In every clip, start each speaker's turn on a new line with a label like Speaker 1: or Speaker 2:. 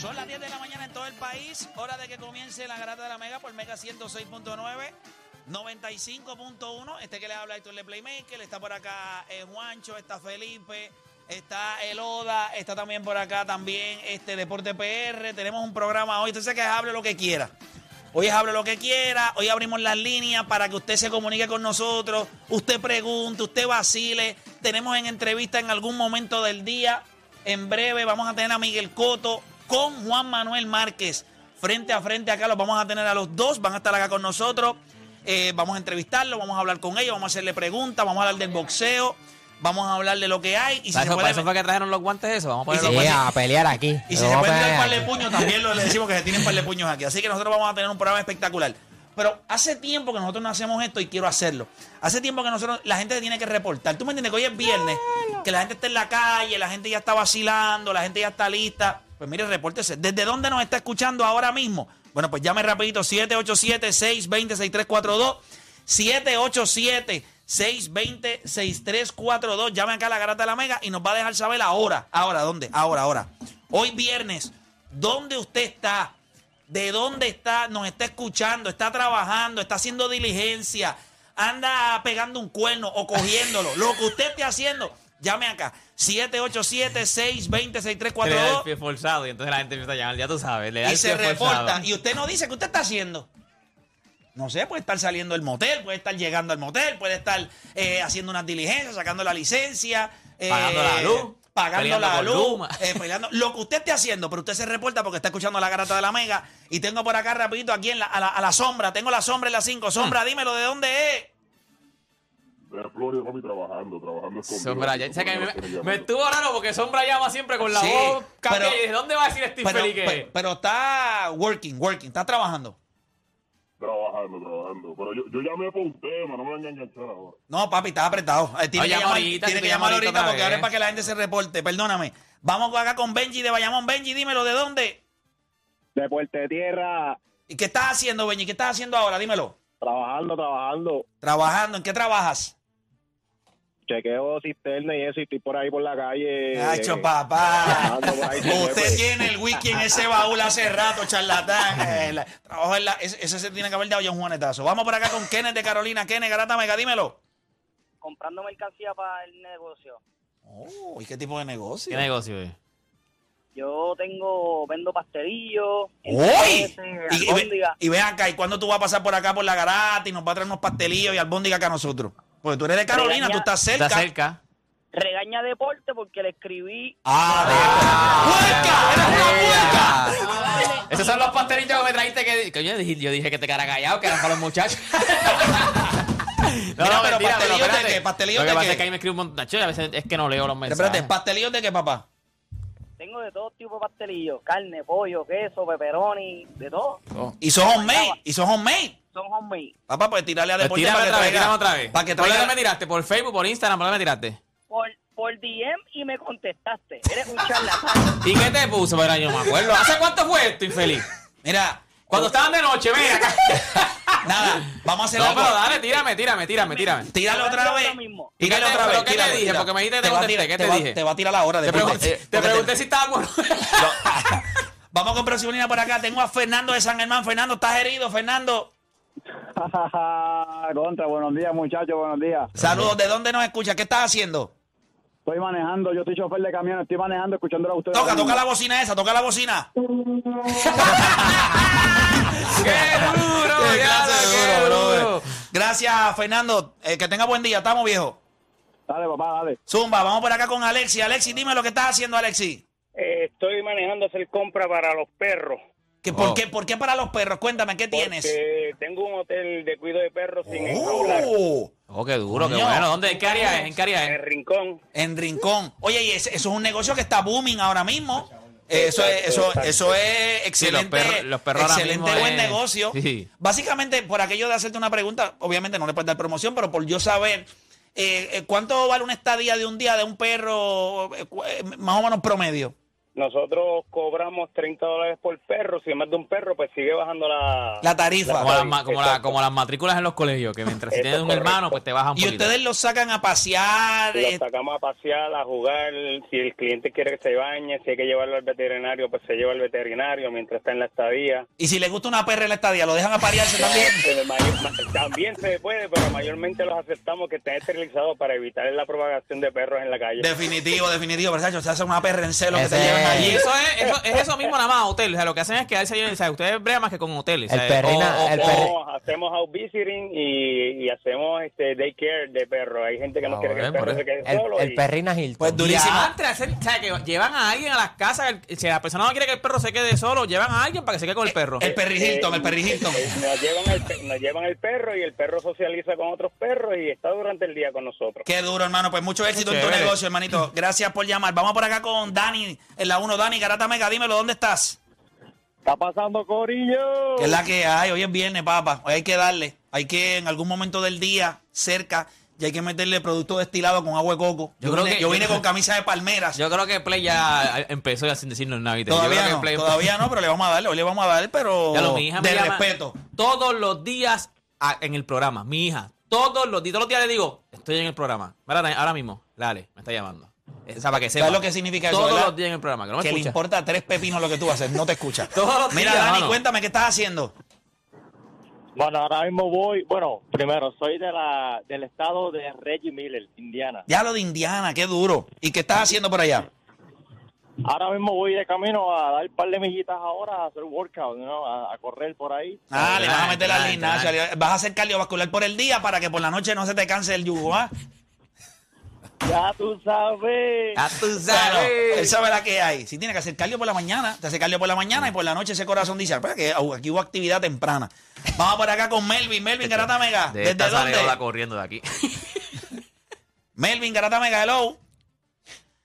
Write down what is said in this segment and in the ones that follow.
Speaker 1: Son las 10 de la mañana en todo el país, hora de que comience la grata de la Mega por Mega 106.9, 95.1. Este que le habla Héctor de Playmaker, está por acá eh, Juancho, está Felipe, está El Oda, está también por acá también este Deporte PR. Tenemos un programa hoy, entonces que hable lo que quiera. Hoy es hable lo que quiera, hoy abrimos las líneas para que usted se comunique con nosotros, usted pregunte, usted vacile. Tenemos en entrevista en algún momento del día. En breve vamos a tener a Miguel Coto con Juan Manuel Márquez. Frente a frente acá los vamos a tener a los dos, van a estar acá con nosotros. Eh, vamos a entrevistarlos, vamos a hablar con ellos, vamos a hacerle preguntas, vamos a hablar del boxeo, vamos a hablar de lo que hay. Y si
Speaker 2: Para
Speaker 1: se
Speaker 2: eso, para
Speaker 1: puede
Speaker 2: eso fue que trajeron los guantes eso. Vamos a poner
Speaker 1: Y
Speaker 2: los
Speaker 1: si-
Speaker 2: guantes.
Speaker 3: pues, a pelear aquí.
Speaker 1: Y si se
Speaker 3: Lo vamos
Speaker 1: pueden
Speaker 3: a
Speaker 1: dar un par de
Speaker 3: pelear aquí.
Speaker 1: puños, también lo- le decimos que se tienen un par de puños aquí. Así que nosotros vamos a tener un programa espectacular. Pero hace tiempo que nosotros no hacemos esto y quiero hacerlo. Hace tiempo que nosotros, la gente tiene que reportar. Tú me entiendes que hoy es viernes, que la gente está en la calle, la gente ya está vacilando, la gente ya está lista. Pues mire, repórtese. ¿Desde dónde nos está escuchando ahora mismo? Bueno, pues llame rapidito, 787-620-6342. 787-620-6342. Llame acá a la garata de la mega y nos va a dejar saber ahora. Ahora, ¿dónde? Ahora, ahora. Hoy viernes, ¿dónde usted está? ¿De dónde está? Nos está escuchando, está trabajando, está haciendo diligencia, anda pegando un cuerno o cogiéndolo. lo que usted esté haciendo, llame acá.
Speaker 2: Se le da el
Speaker 1: 787-620-6342
Speaker 2: pie forzado y entonces la gente empieza a llamar, ya tú sabes. Le da
Speaker 1: y
Speaker 2: el
Speaker 1: se
Speaker 2: pie forzado.
Speaker 1: reporta. Y usted no dice qué usted está haciendo. No sé, puede estar saliendo del motel, puede estar llegando al motel, puede estar eh, haciendo unas diligencias, sacando la licencia, eh,
Speaker 2: Pagando la luz,
Speaker 1: pagando
Speaker 2: peleando
Speaker 1: la
Speaker 2: con
Speaker 1: luz,
Speaker 2: Luma.
Speaker 1: eh, peleando. lo que usted esté haciendo, pero usted se reporta porque está escuchando la garata de la mega. Y tengo por acá rapidito aquí en la, a, la, a la sombra, tengo la sombra en la 5. Sombra,
Speaker 2: Mm.
Speaker 1: dímelo de dónde es.
Speaker 4: De la Florida, mami, trabajando, trabajando escondido.
Speaker 2: Sombra, ya,
Speaker 4: Eso
Speaker 2: o sea que
Speaker 4: fue lo
Speaker 2: me,
Speaker 4: que me llamó.
Speaker 2: me estuvo raro porque Sombra llama siempre con la
Speaker 1: Sí,
Speaker 2: voz cambiada
Speaker 1: pero-
Speaker 2: y dice, ¿dónde va a decir Steve
Speaker 1: Pero, pues,
Speaker 2: Felipe?
Speaker 1: pe- pero está working, working, está trabajando.
Speaker 4: Trabajando, trabajando. Pero yo, yo llamé por un tema, no me van a enganchar ahora.
Speaker 1: No, papi, estás apretado. Eh, tiene
Speaker 2: No,
Speaker 1: que
Speaker 2: llama
Speaker 1: llamar,
Speaker 2: ahorita,
Speaker 1: tiene
Speaker 2: sí,
Speaker 1: que
Speaker 2: llama
Speaker 1: llamar
Speaker 2: ahorita
Speaker 1: ahorita
Speaker 2: otra
Speaker 1: porque ahora
Speaker 2: vez.
Speaker 1: es para que la gente se reporte. Perdóname. Vamos acá con Benji de Bayamón. Benji, dímelo, ¿de dónde?
Speaker 5: de Puerto de Tierra,
Speaker 1: ¿Y qué estás haciendo, Benji? ¿Qué estás haciendo ahora? Dímelo.
Speaker 5: trabajando, trabajando.
Speaker 1: Trabajando. ¿En qué trabajas?
Speaker 5: Chequeo cisterna y eso, y estoy por ahí por la calle.
Speaker 1: Hacho, papá.
Speaker 5: Eh, Trabajando por ahí,
Speaker 1: Usted
Speaker 5: pues.
Speaker 1: tiene el wiki en ese baúl hace rato, charlatán. Eh, la- trabajo en la- ese, ese se tiene que haber dado ya un juanetazo. Vamos por acá con Kenneth de Carolina. Kenneth, garata mega, dímelo.
Speaker 6: comprando mercancía para el negocio.
Speaker 1: Oh, ¿y qué tipo de negocio?
Speaker 2: ¿Qué negocio es?
Speaker 6: Yo tengo, vendo pastelillos,
Speaker 1: ¡Uy!
Speaker 6: entremeses,
Speaker 1: Y, y, ve-
Speaker 6: albóndigas.
Speaker 1: y ven acá, ¿y cuándo tú vas a pasar por acá por la garata y nos va a traer unos pastelillos y albóndigas acá a nosotros? Porque tú eres de Carolina,
Speaker 6: Regaña-
Speaker 1: tú estás cerca.
Speaker 2: Está cerca.
Speaker 6: regaña deporte porque le escribí
Speaker 1: ¡Ah, de-
Speaker 2: Ah.
Speaker 1: ¡Puerca! ¡Eres una puerca!
Speaker 2: Esos son los pastelillos que me trajiste que, que yo, dije, yo dije que te cara callado, que eran para los muchachos.
Speaker 1: Mira, pero
Speaker 2: mentira,
Speaker 1: pastelillos de
Speaker 2: espérate.
Speaker 1: qué, pastelillos
Speaker 2: Lo que
Speaker 1: de
Speaker 2: pasa
Speaker 1: qué.
Speaker 2: es que ahí me escribe un montón de chicos y a veces es que no leo los mensajes.
Speaker 1: Espérate, ¿pastelillos de qué, papá?
Speaker 6: tengo de todo tipo de pastelillos, carne, pollo, queso, pepperoni, de todo.
Speaker 1: Y son homemade, y son homemade.
Speaker 6: Son homemade.
Speaker 1: Papá, pues tirarle a
Speaker 2: Pues
Speaker 1: deporte
Speaker 2: tírame
Speaker 1: para que
Speaker 2: otra vez,
Speaker 1: traiga-
Speaker 2: tírame otra vez.
Speaker 1: Para que
Speaker 2: ¿Por dónde me
Speaker 1: traiga...
Speaker 2: tiraste? ¿Por Facebook, por Instagram? ¿Por dónde me tiraste?
Speaker 6: Por, por DM y me contestaste. Eres un charlatán.
Speaker 2: ¿Y qué te puso? Pero yo no me acuerdo. ¿Hace cuánto fue esto, infeliz?
Speaker 1: Mira,
Speaker 2: Cuando estaban de noche, ven acá.
Speaker 1: nada, vamos a hacer
Speaker 2: No,
Speaker 1: algo.
Speaker 2: pero dale, tírame, tírame, tírame, tírame.
Speaker 1: Tíralo
Speaker 6: Ahora
Speaker 1: otra vez.
Speaker 6: mismo.
Speaker 1: Tíralo
Speaker 2: ¿Qué te-
Speaker 1: otra vez.
Speaker 2: pero qué te
Speaker 1: tíralo,
Speaker 2: dije?
Speaker 1: tíralo.
Speaker 2: Porque me dijiste te
Speaker 1: va a
Speaker 2: contesté,
Speaker 1: tirar-
Speaker 2: ¿qué te
Speaker 1: va-
Speaker 2: dije?
Speaker 1: Te va a tirar la hora
Speaker 2: Te
Speaker 1: después.
Speaker 2: pregunté, te pregunté si estabas bueno.
Speaker 1: Vamos con próxima línea por acá. Tengo a Fernando de San Germán. Fernando, estás herido, Fernando.
Speaker 5: Contra, buenos días, muchachos, buenos días.
Speaker 1: Saludos, ¿de dónde nos escuchas? ¿Qué estás haciendo?
Speaker 5: Estoy manejando, yo estoy chofer de camión, estoy manejando, escuchándolo a ustedes.
Speaker 1: Toca, toca la bocina esa, toca la bocina.
Speaker 2: ¡Qué duro!
Speaker 1: Qué
Speaker 2: diablo,
Speaker 1: clase de
Speaker 2: ¡Qué
Speaker 1: duro, brother.
Speaker 2: duro!
Speaker 1: Gracias, Fernando. Eh, que tenga buen día. Estamos, viejo.
Speaker 5: Dale, papá, dale.
Speaker 1: Zumba, vamos por acá con Alexi. Alexi, dime lo que estás haciendo, Alexi.
Speaker 7: Eh, estoy manejando hacer compra para los perros.
Speaker 1: ¿Que por,
Speaker 2: Oh.
Speaker 1: qué, ¿Por qué para los perros? Cuéntame, ¿qué tienes?
Speaker 7: Porque tengo un hotel de cuido de perros sin enjaular.
Speaker 1: Oh,
Speaker 2: Oh, qué duro, qué
Speaker 1: Coño.
Speaker 2: bueno. ¿Dónde? ¿En qué área es? ¿En qué
Speaker 7: En
Speaker 2: área
Speaker 7: el
Speaker 2: es?
Speaker 7: rincón.
Speaker 1: en Rincón. Oye, y ese- eso es un negocio que está booming ahora mismo. Eh, Eso es,
Speaker 7: Exacto,
Speaker 1: eso,
Speaker 7: exacto.
Speaker 1: eso es excelente,
Speaker 2: perros- los perros ahora
Speaker 1: excelente
Speaker 2: mismo
Speaker 1: buen
Speaker 2: es-
Speaker 1: negocio.
Speaker 2: Sí.
Speaker 1: Básicamente, por aquello de hacerte una pregunta, obviamente no le puedes dar promoción, pero por yo saber eh, eh, cuánto vale una estadía de un día de un perro eh, cu- eh, más o menos promedio.
Speaker 7: Nosotros cobramos 30 dólares por perro. Si es más de un perro, pues sigue bajando la...
Speaker 1: La tarifa.
Speaker 2: Como,
Speaker 7: La-
Speaker 2: las, ma- como, la- como las matrículas en los colegios, que mientras si
Speaker 7: Eso
Speaker 2: tienes un
Speaker 7: correcto.
Speaker 2: hermano, pues te bajan un
Speaker 1: y
Speaker 2: poquito.
Speaker 1: ustedes los sacan a pasear.
Speaker 7: Lo
Speaker 1: eh,
Speaker 7: sacamos a pasear, a jugar. Si el cliente quiere que se bañe, si hay que llevarlo al veterinario, pues se lleva al veterinario mientras está en la estadía.
Speaker 1: y si les gusta una perra en la estadía, lo dejan aparearse también.
Speaker 7: Eh, mayor- ma- También se puede, pero mayormente los aceptamos que estén esterilizados para evitar la propagación de perros en la calle.
Speaker 1: definitivo, definitivo. Pero, Sacho, se hace una perra en celo que
Speaker 2: Ese-
Speaker 1: te llevan
Speaker 2: y
Speaker 1: allí.
Speaker 2: eso es, eso, es eso mismo nada más, hoteles. O sea, lo que hacen es quedarse ahí, o sea, ustedes brean más que con hoteles.
Speaker 3: El
Speaker 2: o sea,
Speaker 3: perrina-
Speaker 2: o- o-
Speaker 3: el
Speaker 2: o-
Speaker 3: perri-
Speaker 7: No, hacemos out visiting y, y hacemos este daycare de perros. Hay gente que no
Speaker 2: Ah,
Speaker 7: quiere que el
Speaker 2: bueno,
Speaker 7: perro se
Speaker 2: por
Speaker 7: quede
Speaker 3: El,
Speaker 7: solo.
Speaker 3: el
Speaker 7: y-
Speaker 3: perrina Hilton.
Speaker 1: Pues durísimo.
Speaker 2: Diantre, hacer- o sea, que llevan a alguien a las casas. el- Si la persona no quiere que el perro se quede solo, llevan a alguien para que se quede con el perro.
Speaker 1: Eh, El Perry Hilton,
Speaker 7: eh,
Speaker 1: el Perry Hilton.
Speaker 7: eh, nos, llevan el, pe- nos llevan el perro y el perro socializa con otros perros y está durante el día con nosotros.
Speaker 1: Qué duro, hermano. Pues mucho éxito en tu
Speaker 2: chévere.
Speaker 1: negocio, hermanito. Gracias por llamar. Vamos por acá con Dani, en la 1. Dani, Garata Mega, dímelo, ¿dónde estás?
Speaker 5: Está pasando, Corillo.
Speaker 1: Que es la que hay. Hoy es viernes, papá. Hoy hay que darle. Hay que, en algún momento del día, cerca, y hay que meterle producto destilado con agua de coco. Yo,
Speaker 2: Yo creo
Speaker 1: vine,
Speaker 2: que-
Speaker 1: yo
Speaker 2: yo-
Speaker 1: vine con camisa de palmeras.
Speaker 2: Yo creo que Play ya empezó ya sin decirnos nada. ¿viste? Yo
Speaker 1: todavía
Speaker 2: creo que
Speaker 1: no,
Speaker 2: Play-
Speaker 1: todavía no, pero le vamos a dar. Hoy le vamos a dar, pero
Speaker 2: Ya lo, mi hija me
Speaker 1: de
Speaker 2: llama
Speaker 1: respeto.
Speaker 2: Todos los días a- en el programa, mi hija. Todos los días, todos los días le digo, estoy en el programa. Mira, Dani, ahora mismo, Lale, me está llamando. O sea, para que sepa.
Speaker 1: ¿Sabes lo que significa eso,
Speaker 2: Todos
Speaker 1: verdad?
Speaker 2: los días en el programa, que no me
Speaker 1: que le
Speaker 2: escucha.
Speaker 1: importa tres pepinos lo que tú haces, no te escucha.
Speaker 2: Todos los
Speaker 1: Mira,
Speaker 2: días,
Speaker 1: Dani,
Speaker 2: mano.
Speaker 1: cuéntame qué estás haciendo.
Speaker 5: Bueno, ahora mismo voy. Bueno, primero, soy de la, del estado de Reggie Miller, Indiana.
Speaker 1: Ya lo de Indiana, qué duro. ¿Y qué estás haciendo por allá?
Speaker 5: Ahora mismo voy de camino a dar un par de millitas ahora, a hacer workout, ¿no? a, a correr por ahí.
Speaker 1: Ah, le vas a meter al
Speaker 2: Adelante,
Speaker 1: gimnasio. Vas a hacer cardiovascular por el día para que por la noche no se te canse el yugo, ¿ah?
Speaker 5: Ya tú sabes.
Speaker 2: Ya tú
Speaker 1: Claro,
Speaker 2: sabes.
Speaker 1: él sabe la que hay. Si tiene que hacer cardio por la mañana, te hace cardio por la mañana y por la noche ese corazón dice, "Espera, que aquí hubo actividad temprana. Vamos por acá con Melvin. Melvin Garata Mega.
Speaker 2: De
Speaker 1: ¿Desde
Speaker 2: esta sale Ola
Speaker 1: dónde?
Speaker 2: corriendo de aquí.
Speaker 1: Melvin Garata Mega, hello.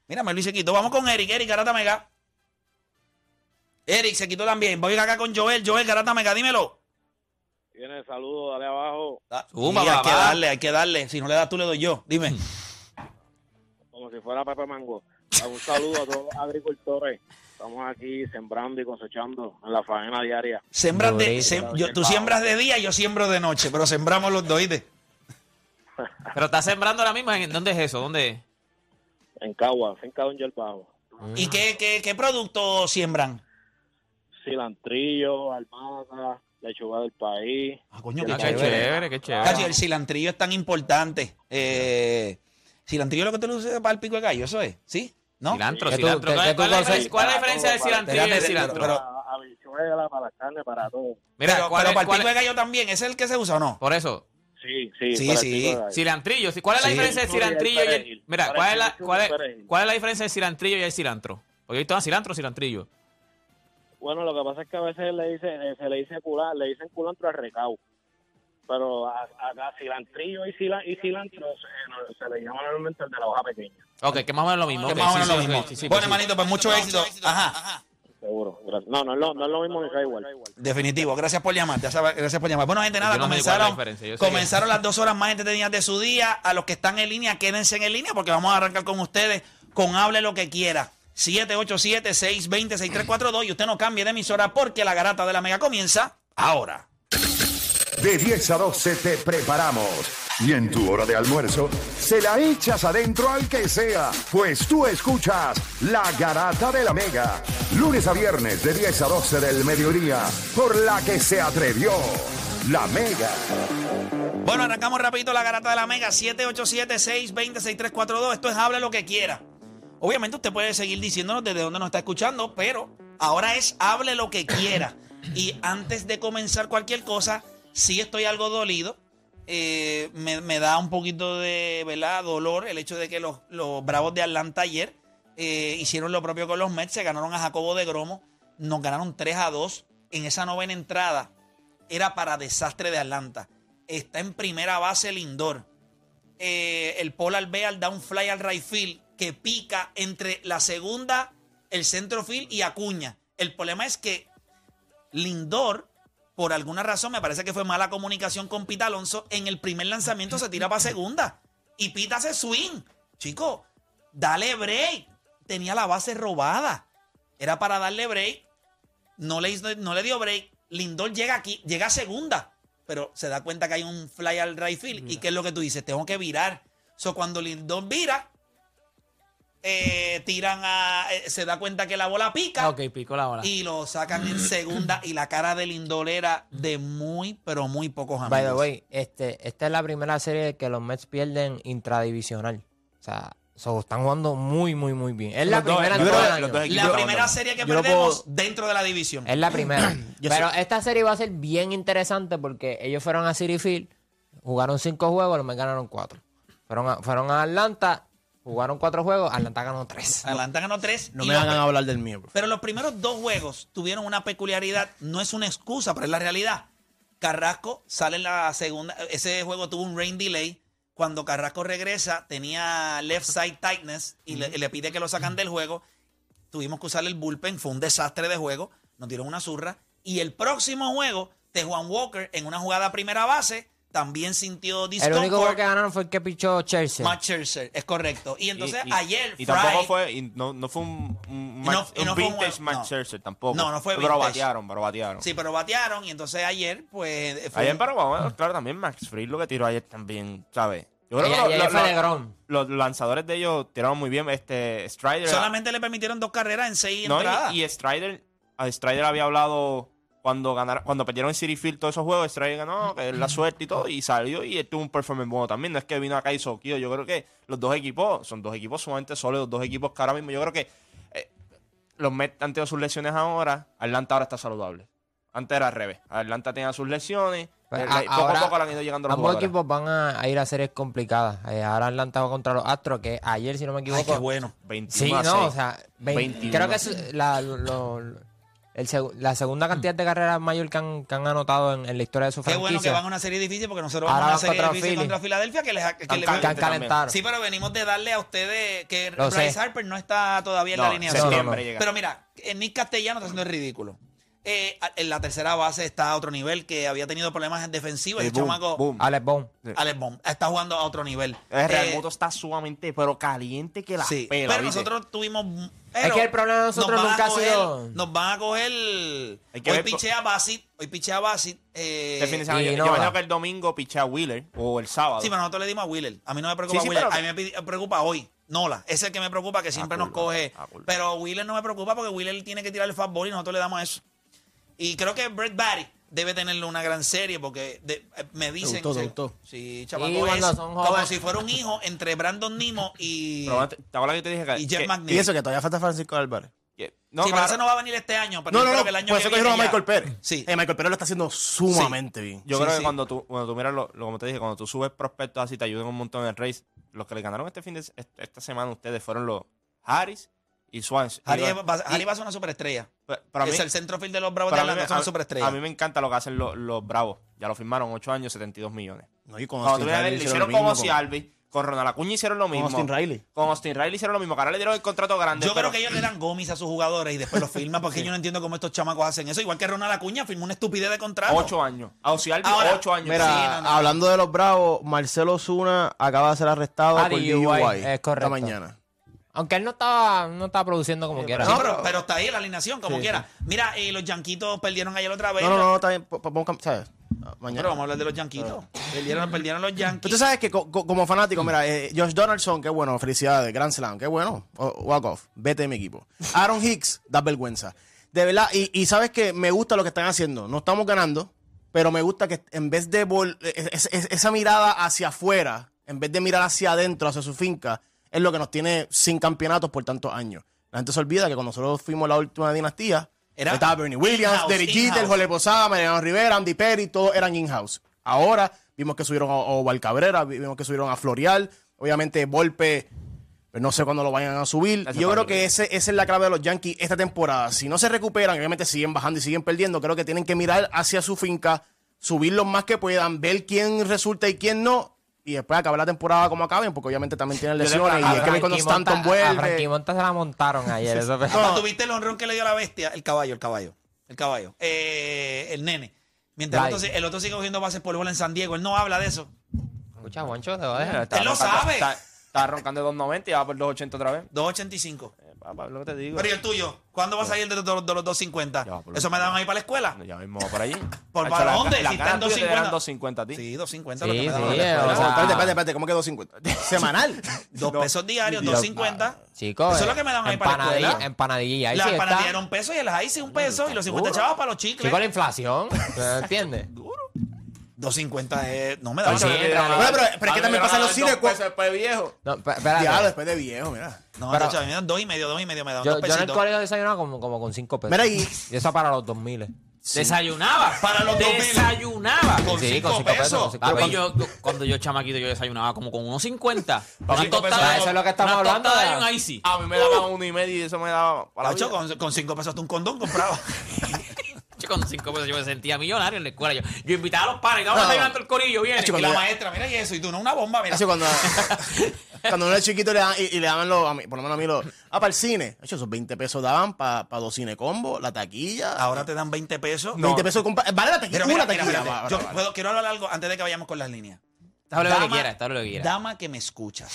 Speaker 1: Mira, Melvin se quitó. Vamos con Eric. Eric Garata Mega. Eric se quitó también. Voy acá con Joel. Joel Garata Mega, dímelo.
Speaker 5: Tiene el saludo, dale abajo,
Speaker 2: Zumba,
Speaker 1: Y hay
Speaker 2: papá.
Speaker 1: que darle, hay que darle. Si no le das tú, le doy yo. Dime.
Speaker 5: como si fuera Pepe Mango. Un saludo a todos los agricultores. Estamos aquí sembrando y cosechando en la faena diaria.
Speaker 1: Sembras de,
Speaker 3: Durísimo.
Speaker 1: sem- yo- tú siembras de día y yo siembro de noche, pero sembramos los dos. ¿oíste?
Speaker 2: Pero está sembrando ahora mismo. ¿en- ¿Dónde es eso? ¿Dónde es?
Speaker 5: En Cagua, finca Don el Bajo.
Speaker 2: Ah.
Speaker 1: ¿Y qué, qué, qué productos siembran?
Speaker 5: Cilantrillo, albahaca, lechuga del país.
Speaker 1: Ah, coño,
Speaker 2: Ah,
Speaker 1: qué
Speaker 2: qué
Speaker 1: chévere.
Speaker 2: chévere, qué
Speaker 1: Cacho,
Speaker 2: chévere.
Speaker 1: el cilantrillo es tan importante. Eh, cilantrillo es lo que tú le usas para el pico de gallo, eso es, ¿sí? ¿No?
Speaker 2: Cilantro,
Speaker 3: ¿Qué tú-
Speaker 2: cilantro.
Speaker 3: qué-
Speaker 2: ¿Cuál
Speaker 3: qué
Speaker 2: cuál es
Speaker 3: tú
Speaker 2: la diferen-
Speaker 3: consigues?
Speaker 2: cuál es la diferencia del cilantro y el
Speaker 1: Espérate,
Speaker 2: cilantro?
Speaker 1: pero-
Speaker 5: Para habichuela, para la carne, para todo.
Speaker 2: Mira,
Speaker 1: pero,
Speaker 2: ¿cuál
Speaker 1: pero
Speaker 2: es-
Speaker 1: para el
Speaker 2: cuál
Speaker 1: pico
Speaker 2: es-
Speaker 1: de gallo también, ¿ese es el que se usa o no?
Speaker 2: Por eso,
Speaker 5: Sí, sí,
Speaker 1: Sí,
Speaker 5: para el
Speaker 1: sí.
Speaker 5: pico de gallo.
Speaker 2: cilantrillo. sí, ¿Cuál es la
Speaker 1: Sí.
Speaker 2: diferencia del
Speaker 5: No, y el
Speaker 2: cilantrillo y el
Speaker 5: perejil.
Speaker 2: Mira, ¿cuál es la
Speaker 5: Perejil,
Speaker 2: cuál es
Speaker 5: perejil.
Speaker 2: cuál es la diferencia del cilantrillo y el cilantro? Porque ahorita van cilantro, o cilantrillo.
Speaker 5: Bueno, lo que pasa es que a veces le dicen, eh, se le dice culantro, le dicen culantro al recao. Pero a- acá cilantrillo y, cila- y cilantro se, eh, no, se le llama normalmente el de la hoja pequeña.
Speaker 2: Ok, que más o menos lo mismo.
Speaker 1: Que
Speaker 2: ok,
Speaker 1: más o
Speaker 2: sí,
Speaker 1: menos
Speaker 2: sí,
Speaker 1: lo
Speaker 2: sí,
Speaker 1: mismo.
Speaker 2: sí, sí,
Speaker 1: bueno,
Speaker 2: sí.
Speaker 1: hermanito, pues mucho éxito. Ajá,
Speaker 5: Seguro. Gracias. No, no es lo, no es lo mismo que igual.
Speaker 1: definitivo. Gracias por llamar, ya sabes, gracias por llamar. Bueno, gente, nada,
Speaker 2: Yo no me di cuenta de la
Speaker 1: comenzaron,
Speaker 2: diferencia, yo sé que-
Speaker 1: comenzaron las dos horas más entretenidas de su día. A los que están en línea, quédense en línea porque vamos a arrancar con ustedes con Hable lo que quiera. 787-620-6342 y usted no cambie de emisora porque la garata de la mega comienza ahora.
Speaker 8: De 10 a 12 te preparamos. Y en tu hora de almuerzo, se la echas adentro al que sea, pues tú escuchas La Garata de la Mega. Lunes a viernes de 10 a 12 del mediodía, por la que se atrevió La Mega.
Speaker 1: Bueno, arrancamos rapidito la garata de la Mega 787-620-6342. Esto es hable lo que quiera. Obviamente usted puede seguir diciéndonos desde dónde nos está escuchando, pero ahora es hable lo que quiera. Y antes de comenzar cualquier cosa, sí estoy algo dolido. Eh, me, me da un poquito de ¿verdad? dolor el hecho de que los, los Bravos de Atlanta ayer eh, hicieron lo propio con los Mets, se ganaron a Jacobo de Gromo, nos ganaron 3 a 2 en esa novena entrada era para desastre de Atlanta. Está en primera base Lindor. Eh, el Paul Alvear da un fly al right field que pica entre la segunda, el centro field y Acuña. El problema es que Lindor, por alguna razón, me parece que fue mala comunicación con Pita Alonso, en el primer lanzamiento se tira para segunda y Pita hace swing. Chico, dale break. Tenía la base robada. Era para darle break. No le, hizo- no le dio break. Lindor llega aquí, llega a segunda, pero se da cuenta que hay un fly al right field. ¿Y qué es lo que tú dices? Tengo que virar. So, cuando Lindor vira, eh, tiran a. eh, se da cuenta que la bola pica.
Speaker 2: Ah, ok, picó la bola.
Speaker 1: Y lo sacan en segunda y la cara del indolera de muy, pero muy pocos amigos.
Speaker 3: By the way, este, esta es la primera serie que los Mets pierden intradivisional. O sea, so, están jugando muy, muy, muy bien. Es la
Speaker 9: Los dos-
Speaker 3: primera
Speaker 9: yo
Speaker 3: en todo
Speaker 9: creo-
Speaker 3: el año.
Speaker 9: los dos
Speaker 1: la
Speaker 9: Yo-
Speaker 1: primera serie que
Speaker 9: yo no
Speaker 1: perdemos
Speaker 9: puedo-
Speaker 1: dentro de la división.
Speaker 3: Es la primera.
Speaker 9: Yo
Speaker 3: Pero
Speaker 9: sé-
Speaker 3: esta serie va a ser bien interesante porque ellos fueron a City Field, jugaron cinco juegos, los Mets ganaron cuatro. Fueron a, fueron a Atlanta, jugaron cuatro juegos, Atlanta ganó tres.
Speaker 1: Atlanta ganó tres.
Speaker 9: No
Speaker 1: y
Speaker 9: me
Speaker 1: los-
Speaker 9: hagan hablar del mío, bro.
Speaker 1: Pero los primeros dos juegos tuvieron una peculiaridad. No es una excusa, pero es la realidad. Carrasco sale en la segunda. Ese juego tuvo un rain delay. Cuando Carrasco regresa, tenía left side tightness y le, le pide que lo sacan del juego. Tuvimos que usar el bullpen. Fue un desastre de juego. Nos dieron una zurra. Y el próximo juego de Juan Walker, en una jugada a primera base, también sintió
Speaker 3: El único juego que
Speaker 1: discomfort.
Speaker 3: ganaron fue el que pichó Chelsea.
Speaker 1: Matt Scherzer, es correcto. Y entonces ayer,
Speaker 9: Y
Speaker 1: Fry-
Speaker 9: tampoco fue. y no, no fue un, un,
Speaker 1: Y
Speaker 9: match-
Speaker 1: no- y
Speaker 9: un
Speaker 1: no fue un-
Speaker 9: vintage
Speaker 1: no.
Speaker 9: Max Scherzer tampoco.
Speaker 1: No, no fue
Speaker 9: Pero
Speaker 1: vintage.
Speaker 9: batearon, pero batearon.
Speaker 1: Sí, pero batearon. Y entonces ayer, pues. fue
Speaker 9: Ayer,
Speaker 1: un-
Speaker 9: pero bueno, claro, también Max Fried lo que tiró ayer también, ¿sabes? Yo creo
Speaker 3: Y-
Speaker 9: que
Speaker 3: y
Speaker 9: lo-
Speaker 3: ahí
Speaker 9: lo-
Speaker 3: fue
Speaker 9: lo-
Speaker 3: Legrón.
Speaker 9: los lanzadores de ellos tiraron muy bien. Este Strider.
Speaker 1: Solamente le permitieron dos carreras en seis
Speaker 9: No,
Speaker 1: entradas.
Speaker 9: y, y Strider, a Strider había hablado cuando ganaron, cuando perdieron en City Field todos esos juegos, Strider ganó, que es la suerte y todo, y salió y él tuvo un performance bueno también. No es que vino acá y soqueó. Yo creo que los dos equipos son dos equipos sumamente sólidos, dos equipos que ahora mismo, yo creo que eh, los Mets han tenido sus lesiones ahora, Atlanta ahora está saludable. Antes era al revés. Atlanta tenía sus lesiones.
Speaker 3: Pues,
Speaker 9: eh,
Speaker 3: a-
Speaker 9: la- poco
Speaker 3: ahora
Speaker 9: a poco le han ido llegando los
Speaker 3: Ambos
Speaker 9: jugadores.
Speaker 3: equipos van a, a ir a series complicadas. Eh, ahora Atlanta va contra los Astros, que ayer, si no me equivoco,
Speaker 1: Ay, qué bueno.
Speaker 9: 21
Speaker 3: Sí,
Speaker 9: a
Speaker 3: no, o
Speaker 9: 6.
Speaker 3: sea, vein-
Speaker 9: 21.
Speaker 3: creo que es la, lo- lo- el seg- la segunda cantidad de carreras mayor que han, que han anotado en, en la historia de su
Speaker 1: Qué
Speaker 3: franquicia.
Speaker 1: bueno que van a una serie difícil porque nosotros
Speaker 3: Ahora
Speaker 1: vamos a una
Speaker 3: van
Speaker 1: serie
Speaker 3: contra
Speaker 1: difícil
Speaker 3: Philly.
Speaker 1: contra Filadelfia que les, ha- que
Speaker 9: Están
Speaker 1: les-
Speaker 3: Que han
Speaker 9: calientes también.
Speaker 3: calentado.
Speaker 1: Sí, pero venimos de darle a ustedes que
Speaker 3: Lo
Speaker 1: Bryce
Speaker 3: sé.
Speaker 1: Harper no está todavía en
Speaker 9: No,
Speaker 1: la línea.
Speaker 9: septiembre
Speaker 3: No, no, no.
Speaker 9: llega.
Speaker 1: Pero mira, eh, Nick Castellano está haciendo el ridículo. Eh, a- en la tercera base está a otro nivel que había tenido problemas defensivos.
Speaker 9: Y
Speaker 1: el
Speaker 9: boom,
Speaker 1: chamaco
Speaker 9: boom.
Speaker 3: Alex Bone.
Speaker 1: Alex Bond está jugando a otro nivel.
Speaker 9: El Real
Speaker 1: Eh,
Speaker 9: Muto está sumamente, pero caliente que la
Speaker 1: sí,
Speaker 9: pela,
Speaker 1: pero
Speaker 9: ¿viste?
Speaker 1: nosotros tuvimos.
Speaker 3: Es que el problema de nosotros
Speaker 1: nos van a
Speaker 3: nunca ha
Speaker 1: coger-
Speaker 3: sido-
Speaker 1: Nos van a coger.
Speaker 9: Hay que
Speaker 1: hoy
Speaker 9: ver-
Speaker 1: pichea Basit. Hoy pichea Basit. eh,
Speaker 9: Este fin de semana,
Speaker 3: y
Speaker 9: yo, yo
Speaker 3: Nova.
Speaker 9: imagino que el domingo pichea Wheeler o el sábado.
Speaker 1: Sí, pero nosotros le dimos a Wheeler. A mí no me preocupa
Speaker 9: Sí, sí,
Speaker 1: Wheeler.
Speaker 9: pero-
Speaker 1: A mí me pi- me preocupa hoy. Nola. Ese es el que me preocupa, que siempre
Speaker 9: Ah,
Speaker 1: nos
Speaker 9: culpa,
Speaker 1: coge.
Speaker 9: ah, culpa.
Speaker 1: pero Wheeler no me preocupa porque Wheeler tiene que tirar el fastball y nosotros le damos eso. Y creo que Brett Barry debe tenerle una gran serie porque de- eh, me dicen.
Speaker 9: gustó, te
Speaker 1: sí,
Speaker 9: gustó.
Speaker 1: Sí,
Speaker 3: Y
Speaker 1: chamaco es
Speaker 3: cuando son
Speaker 1: como
Speaker 3: jóvenes.
Speaker 1: si fuera un hijo entre Brandon Nimo y.
Speaker 9: Pero antes- ¿Te acuerdas que te dije que...
Speaker 1: Y Jeff
Speaker 9: que-
Speaker 1: McNeil.
Speaker 9: que-
Speaker 1: Y eso
Speaker 9: que
Speaker 10: todavía falta Francisco Álvarez.
Speaker 9: que-
Speaker 1: sí, pero
Speaker 9: claro,
Speaker 1: ese no va a venir este año. Pero
Speaker 10: No,
Speaker 1: yo
Speaker 10: no,
Speaker 1: creo
Speaker 10: no.
Speaker 1: que el año
Speaker 10: Por
Speaker 1: que
Speaker 10: eso cogieron a
Speaker 1: viene ya.
Speaker 10: Michael Pérez.
Speaker 1: Sí.
Speaker 10: Eh, Michael Pérez lo está haciendo sumamente bien.
Speaker 9: Yo
Speaker 1: sí,
Speaker 9: creo que
Speaker 1: sí.
Speaker 9: cuando tú, cuando tú miras, lo, lo- como te dije, cuando tú subes prospectos así, te ayudan un montón en el race. Los que le ganaron este fin de... se- est- Esta semana ustedes fueron los Harris y Swans.
Speaker 1: Harry,
Speaker 9: Digo,
Speaker 1: va, Harry va a ser una superestrella.
Speaker 9: pa- para mí-
Speaker 1: es el centrofield de los Bravos de
Speaker 9: para mí
Speaker 1: Atlanta,
Speaker 9: me-
Speaker 1: son una
Speaker 9: a,
Speaker 1: superestrella.
Speaker 9: a mí me encanta lo que hacen los, los Bravos. Ya lo firmaron, 8 años, 72 millones.
Speaker 10: No, y con
Speaker 9: Cuando tú
Speaker 10: Austin
Speaker 9: vienes a ver,
Speaker 10: Riley
Speaker 9: le
Speaker 10: hicieron
Speaker 9: hicieron
Speaker 10: lo
Speaker 9: con
Speaker 10: mismo,
Speaker 9: Ozzy Alvis, con Ronald Acuña hicieron lo
Speaker 10: con
Speaker 9: mismo.
Speaker 10: Austin Riley.
Speaker 9: Con Austin Riley hicieron lo mismo, que ahora le dieron el contrato grande.
Speaker 1: Yo creo
Speaker 9: pero-
Speaker 1: que ellos le dan gomis a sus jugadores y después los firman porque yo no entiendo cómo estos chamacos hacen eso. Igual que Ronald Acuña firmó una estupidez de contrato.
Speaker 9: Ocho años. A Ozzy Albies,
Speaker 1: Ahora,
Speaker 9: ocho años.
Speaker 10: Mira,
Speaker 1: Sí, no, no.
Speaker 10: hablando de los bravos, Marcelo Zuna acaba de ser arrestado
Speaker 3: Ah,
Speaker 10: por
Speaker 3: DUI,
Speaker 10: DUI
Speaker 3: es correcto.
Speaker 10: esta mañana.
Speaker 3: Aunque él no estaba, no estaba produciendo como quiera.
Speaker 1: Sí, pero, pero está ahí la alineación, como
Speaker 10: Sí,
Speaker 1: quiera. Mira, eh, los yanquitos perdieron ayer otra vez.
Speaker 10: No, no, no, está bien. po- po- pon cam- ¿sabes? Ah,
Speaker 1: Pero
Speaker 10: Mañana.
Speaker 1: vamos a hablar de los yanquitos. Perdieron, perdieron los
Speaker 10: Pero tú
Speaker 1: yanquitos.
Speaker 10: sabes que co- co- como fanático, mira, eh, Josh Donaldson, qué bueno, felicidades, Grand Slam, qué bueno, o- walk off, vete de mi equipo. Aaron Hicks, da vergüenza. De verdad, y, y sabes que me gusta lo que están haciendo, no estamos ganando, pero me gusta que en vez de vol- e, es- es- esa mirada hacia afuera, en vez de mirar hacia adentro, hacia su finca, es lo que nos tiene sin campeonatos por tantos años. La gente se olvida que cuando nosotros fuimos la última dinastía,
Speaker 1: Era
Speaker 10: estaba Bernie Williams,
Speaker 1: in-house,
Speaker 10: Derek
Speaker 1: in-house.
Speaker 10: Jeter, Jole Posada, Mariano Rivera, Andy Perry, todos eran in-house. Ahora vimos que subieron a Oval Cabrera, vi- vimos que subieron a Florial, obviamente Volpe, pues no sé cuándo lo vayan a subir.
Speaker 9: Ese
Speaker 10: Yo creo
Speaker 9: Pablo.
Speaker 10: que ese, esa es la clave de los Yankees esta temporada. Si no se recuperan, obviamente siguen bajando y siguen perdiendo, creo que tienen que mirar hacia su finca, subir lo más que puedan, ver quién resulta y quién no. Y después acabar la temporada como acaben, porque obviamente también tienen
Speaker 9: Yo le-
Speaker 10: lesiones. Y
Speaker 9: a
Speaker 10: es que
Speaker 9: Frankie
Speaker 10: ver cuando
Speaker 3: Monta-
Speaker 10: Stanton
Speaker 3: a Frankie
Speaker 10: vuelve.
Speaker 3: Monta se la montaron ayer. eso fue-
Speaker 1: Hasta tuviste el honrón que le dio la bestia. El caballo, el caballo. El caballo. Eh, el nene. Mientras el
Speaker 3: Bye.
Speaker 1: otro, si- el otro sigue cogiendo bases por bola en San Diego. Él no habla de eso.
Speaker 3: Escucha, Juancho, te voy a dejar.
Speaker 9: Está
Speaker 1: Él lo
Speaker 9: roncando-
Speaker 1: sabe.
Speaker 9: Está, está roncando de 2.90 y va por 2.80 otra vez.
Speaker 1: 2.85.
Speaker 9: Eh, papi, Ah, Pablo, ¿qué te digo?
Speaker 1: Pero ¿y el tuyo? ¿Cuándo va a salir de, los- de los- de los 250? ¿Eso me dan ahí para la escuela?
Speaker 9: Ya mismo va por allí.
Speaker 1: ¿Por
Speaker 9: Hacho,
Speaker 1: para
Speaker 9: la-
Speaker 1: dónde?
Speaker 9: la
Speaker 1: Si
Speaker 9: gana
Speaker 1: está en
Speaker 9: tuya te
Speaker 1: 250.
Speaker 9: dan 250 a ti.
Speaker 1: Sí, 250
Speaker 3: Sí,
Speaker 1: lo que me dan
Speaker 3: sí,
Speaker 1: para la
Speaker 3: eh,
Speaker 1: escuela.
Speaker 3: o sea,
Speaker 10: espérate, espérate, espérate, ¿cómo que 250? Semanal.
Speaker 1: Dos pesos diarios, 250.
Speaker 3: Chicos,
Speaker 1: Eso es lo que me dan ahí para la
Speaker 3: Ah, eh, empanadilla,
Speaker 1: escuela.
Speaker 3: empanadilla. Ahí
Speaker 1: La
Speaker 3: sí
Speaker 1: empanadilla
Speaker 3: está.
Speaker 1: era un peso y el ice un peso y los 50
Speaker 3: duro.
Speaker 1: chavos para los chicles.
Speaker 3: Chicos, la inflación. ¿Me entiendes?
Speaker 1: 250 es... No me
Speaker 3: Pues
Speaker 1: daban.
Speaker 3: sí, en realidad.
Speaker 10: Bueno, pero, pero es que
Speaker 9: Pablo,
Speaker 10: también
Speaker 9: pero
Speaker 10: pasa en
Speaker 9: nada,
Speaker 10: los cines.
Speaker 9: dos
Speaker 10: cu-
Speaker 9: pesos después de viejo.
Speaker 3: No, pe- espérate.
Speaker 10: Diablo, después de viejo, mira.
Speaker 1: No,
Speaker 3: pero-
Speaker 1: chacho, a mí me dan dos y medio, dos y medio me dan.
Speaker 3: Yo,
Speaker 1: dos
Speaker 3: yo en el
Speaker 1: pesitos.
Speaker 3: colegio desayunaba como, como con 5 pesos.
Speaker 10: Mira, y-
Speaker 3: eso para los 2000.
Speaker 2: Desayunaba.
Speaker 1: Para los 2000.
Speaker 2: Desayunaba.
Speaker 1: Con
Speaker 3: Sí,
Speaker 1: cinco
Speaker 3: con cinco pesos,
Speaker 1: pesos.
Speaker 3: con cinco
Speaker 2: Papi,
Speaker 3: Pero-
Speaker 2: yo, yo- cuando yo chamaquito, yo desayunaba como con unos 50.
Speaker 9: Papi,
Speaker 2: Una
Speaker 9: cinco pesos,
Speaker 2: tostada,
Speaker 3: eso es lo que estamos
Speaker 2: una
Speaker 3: hablando,
Speaker 2: tostada y
Speaker 3: ¿verdad?
Speaker 2: un icy.
Speaker 9: A mí me daban uno y medio y eso me daba para la
Speaker 1: Chacho,
Speaker 9: vida.
Speaker 1: con, con cinco pesos hasta un condón compraba.
Speaker 2: Yo con 5 pesos yo me sentía millonario en la escuela. Yo, yo invitaba a los padres, vamos a desayunar todo el corillo, viene.
Speaker 10: Chico,
Speaker 1: y la
Speaker 10: mira.
Speaker 1: maestra, mira y eso, y tú no, una bomba, mira.
Speaker 10: Así cuando, cuando uno es chiquito le dan- y, y le daban los, a mí, por lo menos a mí los, ah, para el cine. De hecho, esos 20 pesos daban para dos cine combo, la taquilla.
Speaker 1: Ahora te dan 20 pesos.
Speaker 10: 20 pesos compa- vale la taquilla,
Speaker 1: Pero mira,
Speaker 10: una
Speaker 1: mira,
Speaker 10: taquilla.
Speaker 1: mira,
Speaker 10: va, va,
Speaker 1: yo
Speaker 10: va, va.
Speaker 1: puedo- quiero hablar algo antes de que vayamos con las líneas.
Speaker 2: Dame lo que
Speaker 1: Dama-
Speaker 2: quieras, dame lo que quieras.
Speaker 1: Dama que me escuchas.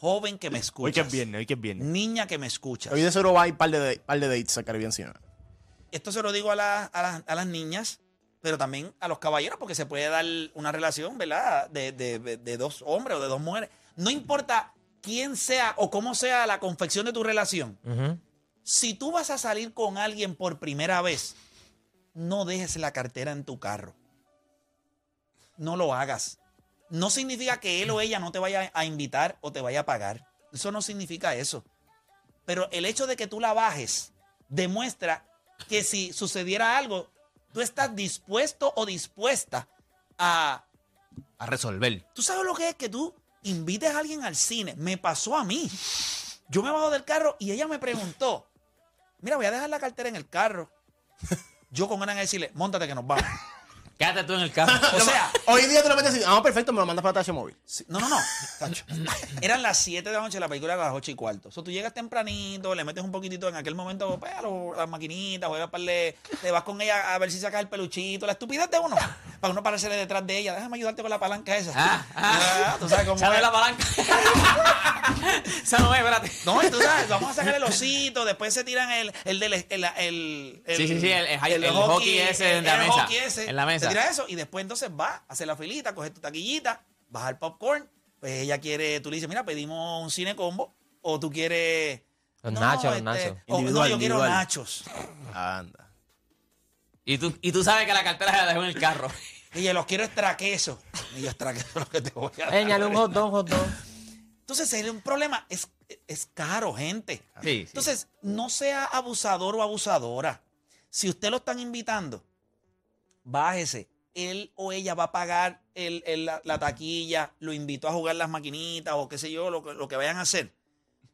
Speaker 1: Joven que me escuchas.
Speaker 9: Hoy que es viernes, hoy que es viernes.
Speaker 1: Niña que me escuchas.
Speaker 10: Hoy de seguro va a ir par de, par de dates al Caribbean Cinema.
Speaker 1: Esto se lo digo a, la- a las- a las niñas, pero también a los caballeros, porque se puede dar una relación, ¿verdad? De, de- de- de dos hombres o de dos mujeres. No importa quién sea o cómo sea la confección de tu relación.
Speaker 3: Ujú.
Speaker 1: Si tú vas a salir con alguien por primera vez, no dejes la cartera en tu carro. No lo hagas. No significa que él o ella no te vaya a invitar o te vaya a pagar. Eso no significa eso. Pero el hecho de que tú la bajes demuestra que si sucediera algo, tú estás dispuesto o dispuesta a...
Speaker 2: A resolver.
Speaker 1: ¿Tú sabes lo que es que tú invites a alguien al cine? Me pasó a mí. Yo me bajo del carro y ella me preguntó, mira, voy a dejar la cartera en el carro. Yo con ganas de decirle, montate que nos vamos.
Speaker 2: Quédate tú en el carro.
Speaker 1: O sea,
Speaker 10: Hoy día tú lo metes así, ah, perfecto, me lo mandas para Tacho Móvil.
Speaker 1: Sí, No, no, no. Sancho. Eran las 7 de la noche, la película era a las 8 y cuarto. O sea, tú llegas tempranito, le metes un poquitito en aquel momento, pues, a lo- a las maquinitas, juegas para le, te vas con ella a ver si sacas el peluchito, la estupidez de uno. Para uno pararse detrás de ella, déjame ayudarte con la palanca esa.
Speaker 2: Ah, ah.
Speaker 1: Ah, tú sabes cómo
Speaker 2: Sale
Speaker 1: es.
Speaker 2: la palanca. Esa no es, espérate.
Speaker 1: No, y tú sabes, vamos a sacar el osito, después se tiran el, el del el, el, el-
Speaker 2: Sí, sí, sí, el- el- el hockey ese en la
Speaker 1: el
Speaker 2: mesa,
Speaker 1: hockey ese.
Speaker 2: en la mesa.
Speaker 1: Te tira eso y después entonces vas a hacer la filita, coges tu taquillita, vas al popcorn, pues ella quiere, tú le dices, mira, pedimos un cine combo, o tú quieres. este,
Speaker 3: Los nachos, los nachos.
Speaker 1: o- no,
Speaker 10: Individual,
Speaker 1: yo quiero
Speaker 10: individual.
Speaker 1: nachos.
Speaker 10: Anda.
Speaker 2: Y tú, y tú sabes que la cartera se la dejó en el carro.
Speaker 1: Y yo los quiero extraqueso. Y yo extraqueso lo que te voy a dar.
Speaker 3: Éñale un hot dog, hot dog.
Speaker 1: Entonces, es un problema. Es, es caro, gente.
Speaker 2: Sí, sí.
Speaker 1: Entonces, no sea abusador o abusadora. Si usted lo están invitando, bájese. Él o ella va a pagar el- el- la, la taquilla, lo invitó a jugar las maquinitas o qué sé yo, lo, que- lo que vayan a hacer.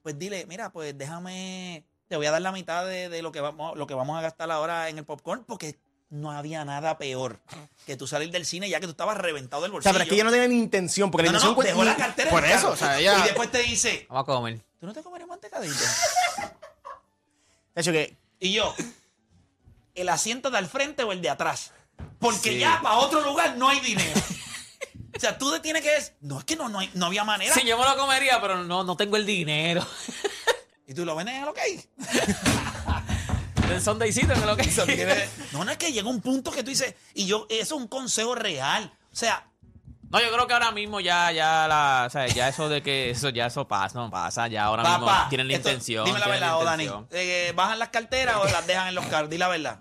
Speaker 1: Pues dile, mira, pues déjame, te voy a dar la mitad de, de lo, que vamos, lo que vamos a gastar ahora en el popcorn, porque no había nada peor que tú salir del cine ya que tú estabas reventado del
Speaker 10: O
Speaker 1: bolsillo.
Speaker 10: sea, pero es que ella no tenía ni intención, porque
Speaker 1: No,
Speaker 10: la
Speaker 1: no,
Speaker 10: intención...
Speaker 1: no, dejó la cartera en
Speaker 10: Por
Speaker 1: el
Speaker 10: eso,
Speaker 1: carro.
Speaker 10: o sea, ella...
Speaker 1: Y después te dice,
Speaker 2: Vamos a comer.
Speaker 1: ¿tú no te comerías mantecadita?
Speaker 10: De hecho, que
Speaker 1: y yo, ¿el asiento de al frente o el de atrás? Porque ya para otro lugar no hay dinero. o sea, tú te tienes que decir, no, es que no, no, hay- no había manera.
Speaker 2: Sí, yo me lo comería, pero no, no tengo el dinero.
Speaker 1: Y tú lo vendes a lo que hay.
Speaker 2: El sondaycito en lo que
Speaker 1: Eso tiene- no, no, es que llega un punto que tú dices, y yo, eso es un consejo real. O sea,
Speaker 2: No, yo creo que ahora mismo ya, ya, la, o sea, ya eso de que eso, ya eso pasa, no pasa, ya ahora mismo
Speaker 1: papá.
Speaker 2: tienen la
Speaker 1: esto-
Speaker 2: intención.
Speaker 1: Dime la
Speaker 2: tienen
Speaker 1: verdad, o Dani.
Speaker 2: intención.
Speaker 1: eh, ¿Bajan las carteras o las dejan en los carros? Dile la verdad.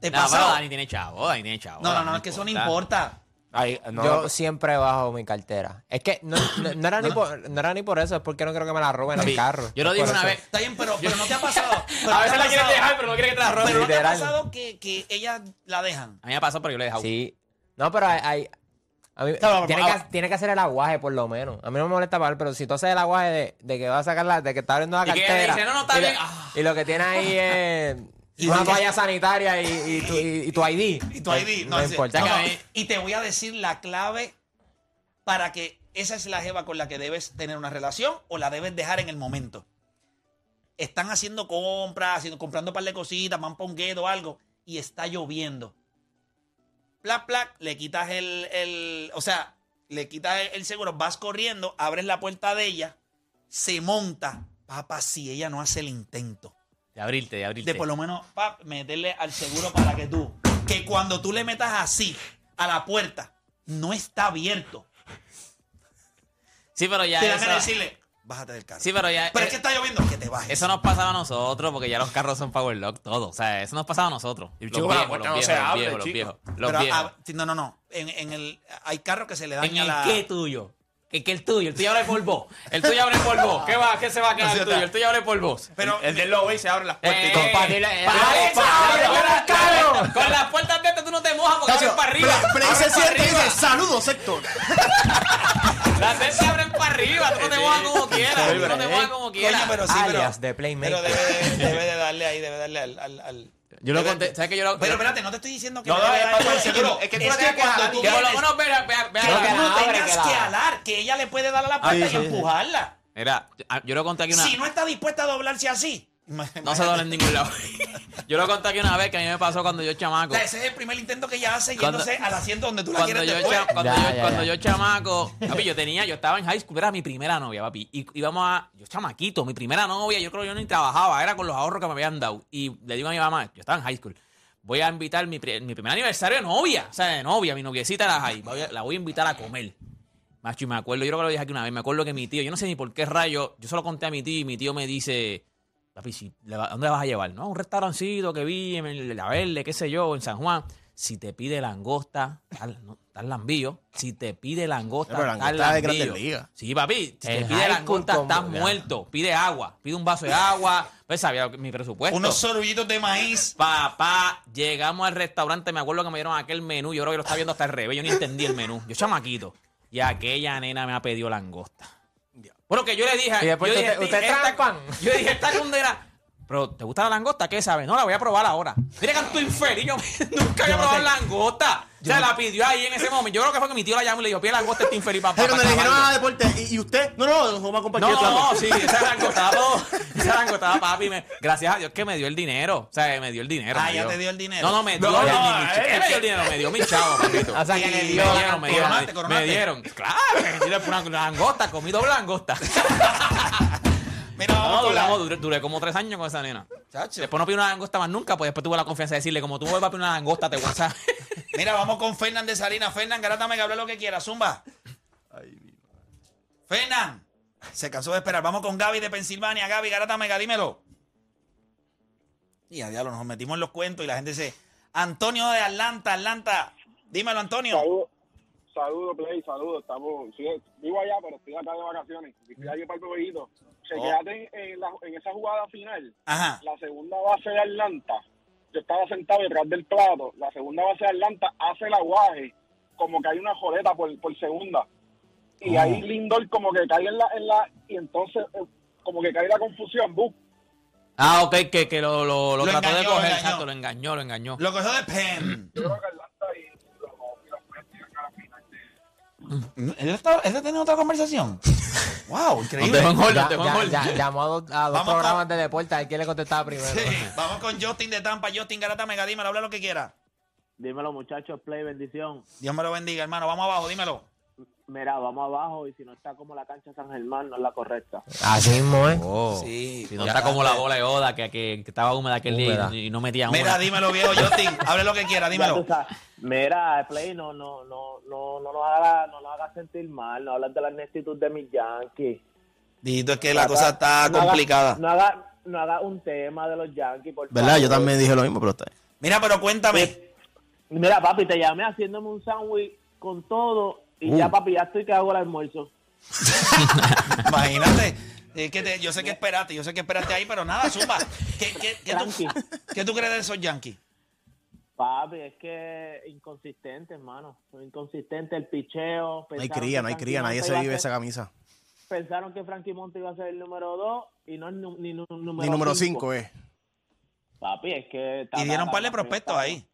Speaker 1: ¿Te
Speaker 2: No,
Speaker 1: pasa?
Speaker 2: pero Dani tiene chavo, Dani tiene chavo.
Speaker 1: No, no,
Speaker 2: Dani
Speaker 1: no, es que eso no importa.
Speaker 9: Ay, no,
Speaker 3: yo
Speaker 9: no, pues, no.
Speaker 3: siempre bajo mi cartera. Es que no, no- no era, Ni por, no era ni por eso, es porque no creo que me la roben en
Speaker 2: Sí,
Speaker 3: el carro.
Speaker 2: Yo lo
Speaker 3: Es
Speaker 2: dije
Speaker 3: por
Speaker 2: una
Speaker 3: eso.
Speaker 2: vez.
Speaker 1: Está bien, pero, pero no te ha pasado. pero
Speaker 2: A
Speaker 1: no te
Speaker 2: veces
Speaker 1: ha
Speaker 2: la quieren
Speaker 1: pasado-
Speaker 2: dejar, pero no quieren que te la roben.
Speaker 1: Pero no te ha
Speaker 3: Literal.
Speaker 1: pasado que, que ellas la dejan.
Speaker 2: A mí me pasó, pero yo le he dejado.
Speaker 3: Sí. No, pero hay. hay- a mí-
Speaker 10: No, no,
Speaker 3: tiene,
Speaker 10: no,
Speaker 3: que,
Speaker 10: ah.
Speaker 3: tiene que hacer el aguaje, por lo menos. A mí no me molesta pagar, pero si tú haces el aguaje de, de que vas a sacar la, de que está abriendo la
Speaker 2: Y que ella
Speaker 3: cartera.
Speaker 2: dice, "No, no, está
Speaker 3: y lo-
Speaker 2: bien". Ah.
Speaker 3: y lo que tiene ahí es
Speaker 1: Y
Speaker 3: una
Speaker 1: dice-
Speaker 3: toalla sanitaria y, y tu, y- y tu ID.
Speaker 1: Y tu ID.
Speaker 3: Pues, No,
Speaker 1: No, es-
Speaker 3: importa.
Speaker 1: no,
Speaker 2: que
Speaker 1: no.
Speaker 2: a mí-
Speaker 1: Y te voy a decir la clave para que esa es la jeva con la que debes tener una relación o la debes dejar en el momento. Están haciendo compras, haciendo- comprando un par de cositas, van para un gueto o algo, y está lloviendo. Plac, plac, le quitas el, el- o sea, le quitas el- el seguro, vas corriendo, abres la puerta de ella, se monta, Papá, si ella no hace el intento
Speaker 2: De abrirte, de abrirte.
Speaker 1: de por lo menos pap, meterle al seguro para que tú, que cuando tú le metas así a la puerta, no está abierto.
Speaker 2: Sí, pero ya
Speaker 1: Te dan
Speaker 2: eso-
Speaker 1: que decirle, bájate del carro.
Speaker 2: Sí, pero ya...
Speaker 1: Pero
Speaker 2: eh,
Speaker 1: es que está lloviendo, que te bajes.
Speaker 2: Eso nos pasaba a nosotros, porque ya los carros son power lock, todo. O sea, eso nos pasaba a nosotros.
Speaker 9: Y,
Speaker 2: Los
Speaker 9: chico, la
Speaker 2: viejos,
Speaker 9: puerta
Speaker 2: los
Speaker 9: no se
Speaker 2: viejos, los
Speaker 9: abre,
Speaker 2: viejos, los
Speaker 9: chico.
Speaker 2: viejos. Los
Speaker 1: Pero,
Speaker 2: viejos.
Speaker 1: ah, no, no, no. En, en el, hay carros que se le dan
Speaker 2: ¿En
Speaker 1: a
Speaker 2: el
Speaker 1: la.
Speaker 2: qué tuyo? ¿Qué, qué el tuyo? El tuyo abre polvo. El tuyo abre polvo. ¿Qué va? ¿Qué se va a quedar el tuyo? El tuyo abre polvo.
Speaker 1: Pero
Speaker 9: El del lobo y se abren las puertas. y
Speaker 2: Eh,
Speaker 9: todo.
Speaker 3: compadre, eh,
Speaker 2: ¡Para eso!
Speaker 3: compadre,
Speaker 2: ¡Abre
Speaker 3: abre
Speaker 2: polvo! Con las puertas abiertas tú no te mojas porque abren para arriba.
Speaker 10: Play
Speaker 2: Abren para
Speaker 10: se cierra y
Speaker 2: arriba.
Speaker 10: dice, saludos, Héctor.
Speaker 2: Las de se abren para arriba. Tú no te mojas como quieras. Tú no te mojas como
Speaker 1: Coño,
Speaker 2: quieras.
Speaker 1: pero sí,
Speaker 3: alias
Speaker 1: pero,
Speaker 3: de Playmaker.
Speaker 1: pero debe, de- debe de darle ahí, debe darle al. al- al-
Speaker 2: Yo lo
Speaker 1: debe-
Speaker 2: conté. ¿Sabes que yo lo
Speaker 1: Pero espérate, no te estoy diciendo que
Speaker 9: No,
Speaker 1: le
Speaker 9: no,
Speaker 1: debe
Speaker 9: es
Speaker 1: dar
Speaker 9: para
Speaker 1: algo al
Speaker 9: el
Speaker 1: seguro.
Speaker 9: seguro. Es que tú la tienes que jalar.
Speaker 1: tú
Speaker 2: Que por lo
Speaker 1: vienes-
Speaker 2: menos, vea, vea,
Speaker 1: que tú
Speaker 2: vea.
Speaker 1: no
Speaker 3: abre,
Speaker 1: tengas
Speaker 3: que la
Speaker 1: que
Speaker 3: abra.
Speaker 1: alar, que ella le puede dar a la puerta y empujarla.
Speaker 2: Mira, yo- yo lo conté aquí una
Speaker 1: Si no está dispuesta a doblarse así.
Speaker 2: No se dobla en ningún lado. Yo lo conté aquí una vez que a mí me pasó cuando yo
Speaker 1: O
Speaker 2: chamaco.
Speaker 1: sea, ese es el primer intento que ella hace
Speaker 2: Cuando-
Speaker 1: yéndose al asiento donde tú la
Speaker 2: Cuando
Speaker 1: quieres
Speaker 2: yo,
Speaker 1: después.
Speaker 2: cha- cuando,
Speaker 3: Ya,
Speaker 2: yo,
Speaker 3: ya,
Speaker 2: cuando
Speaker 3: ya.
Speaker 2: yo chamaco, papi, yo tenía, yo estaba en high school, era mi primera novia, papi. Y íbamos a, yo chamaquito, mi primera novia, yo creo que yo ni trabajaba, era con los ahorros que me habían dado. Y le digo a mi mamá, yo estaba en high school, voy a invitar mi, pri- mi primer aniversario de novia, o sea, de novia, mi noviecita era high, voy a- la voy a invitar a comer. Macho, y me acuerdo, yo creo que lo dije aquí una vez, me acuerdo que mi tío, yo no sé ni por qué rayo, yo solo conté a mi tío y mi tío me dice, papi, si le va- ¿dónde la vas a llevar? No, a un restaurancito que vi en el- La Verde, qué sé yo, en San Juan. Si te pide langosta, tal, no, tal lambillo. Si te pide langosta,
Speaker 10: Eh, pero
Speaker 2: tal
Speaker 10: langosta de
Speaker 2: lambillo.
Speaker 10: Grandes Ligas.
Speaker 2: Sí, papi, si te
Speaker 3: En
Speaker 2: pide
Speaker 3: high
Speaker 2: langosta,
Speaker 3: school
Speaker 2: estás
Speaker 3: combo, ya.
Speaker 2: muerto. Pide agua, pide un vaso de agua. Pues sabía mi presupuesto.
Speaker 1: Unos sorullitos de maíz.
Speaker 2: Papá, llegamos al restaurante, me acuerdo que me dieron aquel menú, yo creo que lo estaba viendo hasta el revés, yo ni entendí el menú, yo chamaquito. Y aquella nena me ha pedido langosta. Bueno, que yo le dije,
Speaker 3: Y después
Speaker 2: yo
Speaker 3: usted-
Speaker 2: dije,
Speaker 3: usted
Speaker 2: "Esta-
Speaker 3: trampan".
Speaker 2: Yo dije, esta condena. Pero, ¿te gusta la langosta? ¿Qué sabes? No, la voy a probar ahora. Mira que tú infeliz, yo nunca había probado langosta. Se la pidió ahí en ese momento. Yo creo que fue que mi tío la llamó y le dijo, pide langosta este infeliz, papá.
Speaker 10: Pero
Speaker 2: pa'
Speaker 10: cuando le dijeron,
Speaker 2: acabarlo".
Speaker 10: ah, deporte, ¿y, y usted? No, no, nos vamos a compartir.
Speaker 2: No,
Speaker 10: el plato.
Speaker 2: no, sí, esa langostaba, esa langostaba, papi. me- gracias a Dios que me dio el dinero. O sea, me dio el dinero.
Speaker 1: Ah,
Speaker 2: me
Speaker 1: ya te dio el dinero.
Speaker 2: No, no, me dio,
Speaker 1: No,
Speaker 2: el,
Speaker 1: no,
Speaker 2: mi- mi-
Speaker 1: eh,
Speaker 2: ¿qué me dio el dinero, me dio mi chavo, papito.
Speaker 3: O sea, que le
Speaker 1: Y-
Speaker 2: me
Speaker 3: dio
Speaker 1: Coronaste,
Speaker 2: dieron, me dieron, me-
Speaker 1: coronaste.
Speaker 2: me dieron. Claro, me dieron una, una langosta, comí doble langosta.
Speaker 1: Mira,
Speaker 2: No,
Speaker 1: vamos con la-
Speaker 2: duramos, duré, duré como tres años con esa nena.
Speaker 1: Chacho.
Speaker 2: Después no pidió una langosta más nunca, pues después tuve la confianza de decirle, como tú vuelvas a pedir una langosta, te WhatsApp.
Speaker 1: Mira, vamos con Fernan de Salinas. Fernan, garátame que hable lo que quiera. Zumba. Fernan. Se cansó de esperar. Vamos con Gaby de Pensilvania. Gaby, garátame, dímelo. Y a diablo, nos metimos en los cuentos y la gente dice, Antonio de Atlanta, Atlanta. Dímelo, Antonio.
Speaker 7: Saludos, saludos, Play, saludos. Estamos, sí, vivo allá, pero estoy acá de vacaciones. Y Estoy aquí para el pebejito. Se
Speaker 1: Oh.
Speaker 7: quedaste en, en la- en esa jugada final,
Speaker 1: Ajá.
Speaker 7: la segunda base de Atlanta. Yo estaba sentado detrás del plato. La segunda base de Atlanta hace el aguaje, como que hay una joleta por, por segunda.
Speaker 5: Oh.
Speaker 7: Y ahí Lindor como que cae en la, en la y entonces eh, como que cae la confusión. ¡Buf!
Speaker 2: Ah, ok, que, que lo, lo, lo,
Speaker 1: Lo
Speaker 2: trató de
Speaker 1: engañó,
Speaker 2: coger.
Speaker 1: lo engañó.
Speaker 2: Exacto, lo engañó, lo engañó.
Speaker 1: Lo cogió de pen.
Speaker 7: Yo creo que Atlanta y los- y los Mets llegan a la final de-
Speaker 1: Mm. ¿Él está, él está teniendo otra conversación? wow,
Speaker 2: No
Speaker 1: increíble.
Speaker 2: te van a
Speaker 3: Ya-
Speaker 2: olvidar, te van a
Speaker 3: ya-
Speaker 2: olvidar.
Speaker 3: ya- Llamó a dos, a dos
Speaker 1: Vamos con-
Speaker 3: programas de deporte, a ver quién le contestaba primero.
Speaker 1: Sí, Vamos con Justin de Tampa. Justin, garátame, dímelo, habla lo que quiera.
Speaker 5: Dímelo, muchachos, play, bendición.
Speaker 1: Dios me lo bendiga, hermano. Vamos abajo, dímelo.
Speaker 5: Mira, vamos abajo y si no está como la cancha San Germán, no es la correcta.
Speaker 3: Así mismo, ¿eh?
Speaker 2: Oh.
Speaker 1: Sí,
Speaker 2: Si no
Speaker 1: ya
Speaker 2: está
Speaker 1: está.
Speaker 2: como la bola de Oda, que, que- que estaba húmeda aquel
Speaker 3: Húmeda.
Speaker 2: día y, y no metía
Speaker 1: Mira,
Speaker 2: una.
Speaker 1: dímelo, viejo Justin. Hable lo que quiera,
Speaker 5: Ya
Speaker 1: dímelo.
Speaker 5: tú sabes. Mira, Play, no, no, no, no, no nos haga, no nos haga sentir mal, no hablas de la ineptitud de mis Yankees.
Speaker 1: Dito, es que
Speaker 5: No haga- no haga- No haga, no haga un tema de los Yankees, por
Speaker 10: ¿Verdad?
Speaker 5: favor.
Speaker 10: Yo
Speaker 5: Pues,
Speaker 10: también dije lo mismo, pero está bien.
Speaker 1: Mira, pero cuéntame.
Speaker 5: Mira, papi, te llamé haciéndome un sándwich con todo y
Speaker 10: Uh.
Speaker 5: ya, papi, ya estoy que hago el almuerzo.
Speaker 1: Imagínate. Es que te- yo sé que esperaste, yo sé que esperaste ahí, pero nada, zumba. ¿Qué, qué- qué tú,
Speaker 5: Tranqui.
Speaker 1: qué tú crees de esos yankees?
Speaker 5: Papi, es que inconsistente, hermano. Son inconsistentes el picheo.
Speaker 10: No hay cría, no hay cría, nadie se vive esa camisa.
Speaker 5: Pensaron que Frankie Monte iba a ser el número 2 y no es nu- ni, nu- número
Speaker 10: Ni número eh. 5
Speaker 5: cinco.
Speaker 10: es.
Speaker 5: Papi, es que... está
Speaker 1: Y dieron un
Speaker 5: la-
Speaker 1: par de
Speaker 5: la-
Speaker 1: prospectos
Speaker 5: está-
Speaker 1: ahí.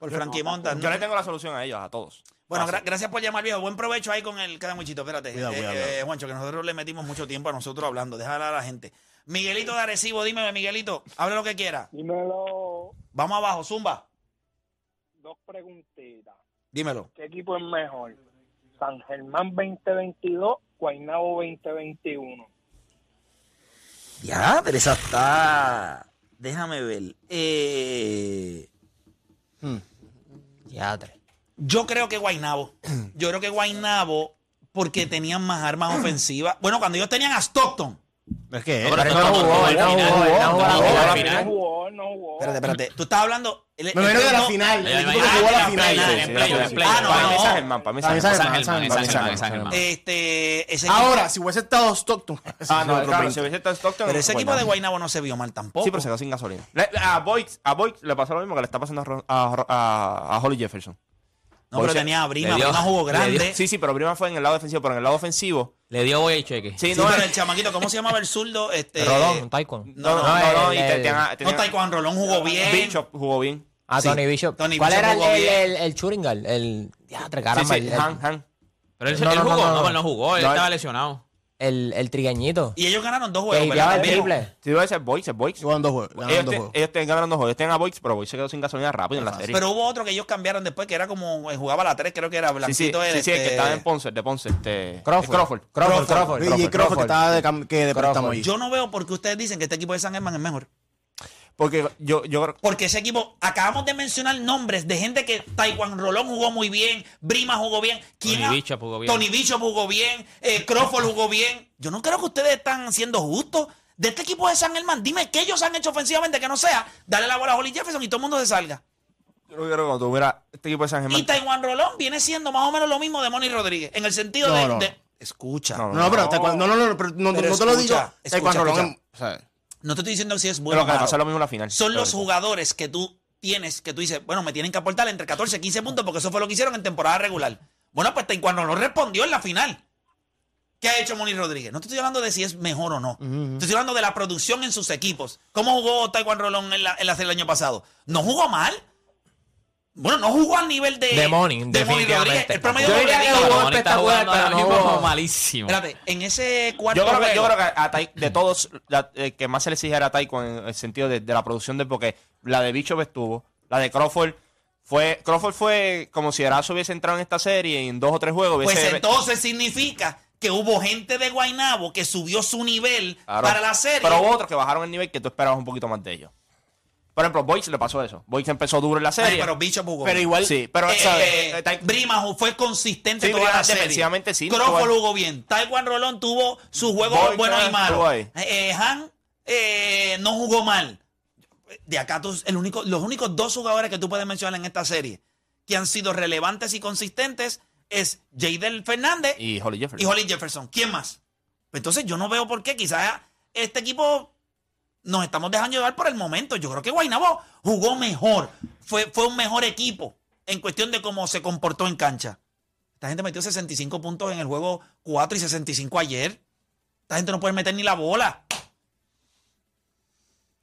Speaker 1: Por Frankie Montas.
Speaker 9: Yo le tengo la solución a ellos, a todos.
Speaker 1: Bueno, gra-
Speaker 9: Fácil.
Speaker 1: gracias por llamar, viejo. Buen provecho ahí con el cada muchito. Espérate,
Speaker 10: Cuidado,
Speaker 1: eh,
Speaker 10: cuidado,
Speaker 1: eh,
Speaker 10: cuidado.
Speaker 1: Juancho, que nosotros le metimos mucho tiempo a nosotros hablando. Déjala a la gente. Miguelito de Arecibo, dímeme, Miguelito. Habla lo que quiera.
Speaker 7: Dímelo,
Speaker 1: Vamos abajo, zumba.
Speaker 7: dos preguntitas.
Speaker 1: Dímelo.
Speaker 7: ¿Qué equipo es mejor? San Germán 2022, Guaynabo 2021.
Speaker 11: Ya, pero esa está. Déjame ver. Eh...
Speaker 1: Yo creo que Guainabo. Yo creo que Guainabo, porque tenían más armas ofensivas. Bueno, cuando ellos tenían a Stockton.
Speaker 10: Es que este,
Speaker 2: No, pero esto no jugó, él no jugó, él no
Speaker 1: Oh,
Speaker 2: jugó, él no jugó al final.
Speaker 5: jugó, no jugó.
Speaker 11: Espérate, espérate.
Speaker 1: Tú estás hablando. Me
Speaker 10: imagino que la
Speaker 1: Este,
Speaker 10: final.
Speaker 2: Yo me
Speaker 10: Él jugó la
Speaker 2: imagino que
Speaker 10: final.
Speaker 2: en play, en play, en play.
Speaker 1: Ah, no,
Speaker 9: Para mí
Speaker 1: no.
Speaker 9: San Germán, para mí San
Speaker 10: Para mí
Speaker 9: Germán.
Speaker 2: San Germán, San Germán, San Germán.
Speaker 1: Este, ese equipo-
Speaker 10: Ahora, si hubiese estado Stockton.
Speaker 9: Ah, no,
Speaker 10: otro
Speaker 9: claro,
Speaker 10: brinco.
Speaker 9: si hubiese estado Stockton.
Speaker 1: pero ese equipo de
Speaker 9: Guaynabo.
Speaker 1: Guainabo no se vio mal tampoco.
Speaker 9: Sí, pero se quedó sin gasolina. Le- a Boyd a Boyd le pasó lo mismo que le está pasando a, Ron- a, Ro- a, a Holly Jefferson.
Speaker 1: no, pero
Speaker 9: Boyd se-
Speaker 1: tenía a Brima,
Speaker 2: le dio-
Speaker 1: Brima jugó
Speaker 2: le dio-
Speaker 1: grande.
Speaker 9: Sí, sí, pero Brima fue en el lado defensivo, pero en el lado ofensivo.
Speaker 2: Le dio voy y cheque.
Speaker 9: Sí,
Speaker 1: Sí,
Speaker 9: no,
Speaker 1: pero
Speaker 9: eh,
Speaker 1: el chamaquito, ¿cómo se llamaba el zurdo? Este, eh,
Speaker 3: Rodón, Taekwondo.
Speaker 9: no, no, no,
Speaker 3: no,
Speaker 9: no,
Speaker 3: el-
Speaker 9: y te-
Speaker 3: el-
Speaker 9: tenía- tenía-
Speaker 1: No, Taekwondo Rolón jugó bien.
Speaker 9: Bishop jugó bien.
Speaker 3: Ah,
Speaker 1: Sí.
Speaker 3: Tony Bishop.
Speaker 1: Tony
Speaker 3: ¿Cuál
Speaker 1: Bishop
Speaker 3: era el,
Speaker 1: jugó
Speaker 3: el,
Speaker 1: bien.
Speaker 3: el, el Churingal? El. Diatre,
Speaker 9: Sí,
Speaker 3: caramba.
Speaker 9: sí,
Speaker 3: el,
Speaker 9: Han, Han.
Speaker 2: Pero él,
Speaker 3: No,
Speaker 2: él
Speaker 3: no,
Speaker 2: jugó,
Speaker 3: no, no,
Speaker 2: no,
Speaker 3: no.
Speaker 2: él no jugó, él
Speaker 9: No,
Speaker 2: estaba
Speaker 9: él-
Speaker 2: lesionado.
Speaker 3: el, el trigueñito.
Speaker 1: Y ellos ganaron dos
Speaker 3: Que
Speaker 1: juegos,
Speaker 3: ideaba el
Speaker 1: ¿verdad?
Speaker 3: triple.
Speaker 9: Si tú dices Boyd, es Boyd.
Speaker 10: Jugaron dos juegos.
Speaker 9: Ellos,
Speaker 10: Ganaron dos
Speaker 9: te-
Speaker 10: juegos.
Speaker 9: ellos te ganan dos juegos. Ellos tenían a Boyd, pero Boyd se quedó sin gasolina rápido en la serie.
Speaker 1: Pero hubo otro que ellos cambiaron después, que era como eh, jugaba la 3, creo que era
Speaker 9: sí, sí,
Speaker 1: Blanquito.
Speaker 9: sí,
Speaker 1: el,
Speaker 9: sí, el que
Speaker 1: este,
Speaker 9: estaba en Ponce, el de Ponce. Este,
Speaker 3: Crawford.
Speaker 9: Crawford.
Speaker 3: Crawford,
Speaker 10: Crawford,
Speaker 3: Crawford.
Speaker 10: Crawford, que estaba de, cam- que de
Speaker 3: Crawford.
Speaker 10: préstamo allí.
Speaker 1: Yo no veo por qué ustedes dicen que este equipo de San Germán es mejor.
Speaker 9: Porque yo, yo creo.
Speaker 1: Porque ese equipo, acabamos de mencionar nombres de gente que Taiwan Rolón jugó muy bien, Brima jugó bien, ¿quién
Speaker 2: Tony
Speaker 1: ha-
Speaker 2: Bishop jugó bien.
Speaker 1: Tony Bishop jugó bien, eh, Crawford jugó bien. Yo no creo que ustedes están siendo justos. De este equipo de San Germán, dime qué ellos han hecho ofensivamente que no sea darle la bola a Holly Jefferson y todo el mundo se salga.
Speaker 9: Yo creo que cuando tú miras este equipo de San Germán.
Speaker 1: Y Taiwan Rolón viene siendo más o menos lo mismo de Moni Rodríguez, en el sentido
Speaker 10: No,
Speaker 1: de,
Speaker 10: no.
Speaker 1: de- Escucha,
Speaker 9: No,
Speaker 1: no,
Speaker 10: No, pero taekwondo- no, no, no, pero
Speaker 1: Pero
Speaker 10: no, no te lo
Speaker 1: escucha,
Speaker 10: digo.
Speaker 1: escucha,
Speaker 10: Taekwondo
Speaker 1: escucha.
Speaker 10: Rolón, o sea,
Speaker 1: te estoy diciendo si es bueno
Speaker 9: Pero
Speaker 1: o
Speaker 9: que le
Speaker 1: malo.
Speaker 9: pasó lo mismo en la final.
Speaker 1: son los
Speaker 9: Pero-
Speaker 1: jugadores que tú tienes, que tú dices, bueno, me tienen que aportar entre 14 y 15 puntos porque eso fue lo que hicieron en temporada regular. Bueno, pues Taekwondo cuando no respondió en la final. ¿Qué ha hecho Moni Rodríguez? No te estoy hablando de si es mejor o no. Te estoy hablando de la producción en sus equipos. ¿Cómo jugó Taekwondo Rolón en la, en la serie el año pasado? No jugó mal. Bueno, no jugó al nivel de,
Speaker 3: De Moni,
Speaker 1: Moni
Speaker 3: definitivamente.
Speaker 1: Rodríguez. El promedio
Speaker 3: Yo
Speaker 1: de
Speaker 3: diría
Speaker 1: Moni
Speaker 3: que
Speaker 1: Rodríguez-
Speaker 3: jugó
Speaker 2: Ramón está
Speaker 3: espectacular,
Speaker 2: jugando ahora
Speaker 3: pero no
Speaker 2: mismo
Speaker 3: jugó.
Speaker 2: malísimo.
Speaker 1: Espérate, en ese cuarto
Speaker 9: Yo creo, que, yo
Speaker 1: juego-
Speaker 9: creo que a Tai- de todos, la- el que más se le exige era a Taiko en el sentido de, de la producción de porque la de Bicho pues estuvo, la de Crawford fue, Crawford fue como si Erazo hubiese entrado en esta serie y en dos o tres juegos hubiese-
Speaker 1: Pues entonces significa que hubo gente de Guainabo que subió su nivel
Speaker 9: Claro.
Speaker 1: para la serie.
Speaker 9: Pero hubo otros que bajaron el nivel que tú esperabas un poquito más de ellos. Por ejemplo, Boyce le pasó eso. Boyce empezó duro en la
Speaker 1: Ay,
Speaker 9: serie.
Speaker 1: pero bicho jugó.
Speaker 9: Pero igual, sí, pero
Speaker 1: Eh,
Speaker 9: ¿sabes?
Speaker 1: eh,
Speaker 9: Eh, Tai-
Speaker 1: Brima ju- fue consistente
Speaker 9: Sí,
Speaker 1: toda
Speaker 9: Brima
Speaker 1: la serie.
Speaker 9: defensivamente sí,
Speaker 1: Crawford
Speaker 9: tuvo-
Speaker 1: jugó bien. Taiwan Rolón tuvo sus juegos
Speaker 9: Boyd
Speaker 1: buenos y
Speaker 9: también
Speaker 1: malos.
Speaker 9: estuvo ahí.
Speaker 1: Eh, eh, Han eh, no jugó mal. De acá tú- el único, los únicos dos jugadores que tú puedes mencionar en esta serie que han sido relevantes y consistentes es Jadel Fernández
Speaker 9: y Holly Jefferson.
Speaker 1: y Holly Jefferson. ¿Quién más? Pues Entonces yo no veo por qué. Quizás este equipo nos estamos dejando llevar por el momento. Yo creo que Guaynabo jugó mejor. Fue, fue un mejor equipo en cuestión de cómo se comportó en cancha. Esta gente metió 65 puntos en el juego 4 y 65 ayer. Esta gente no puede meter ni la bola.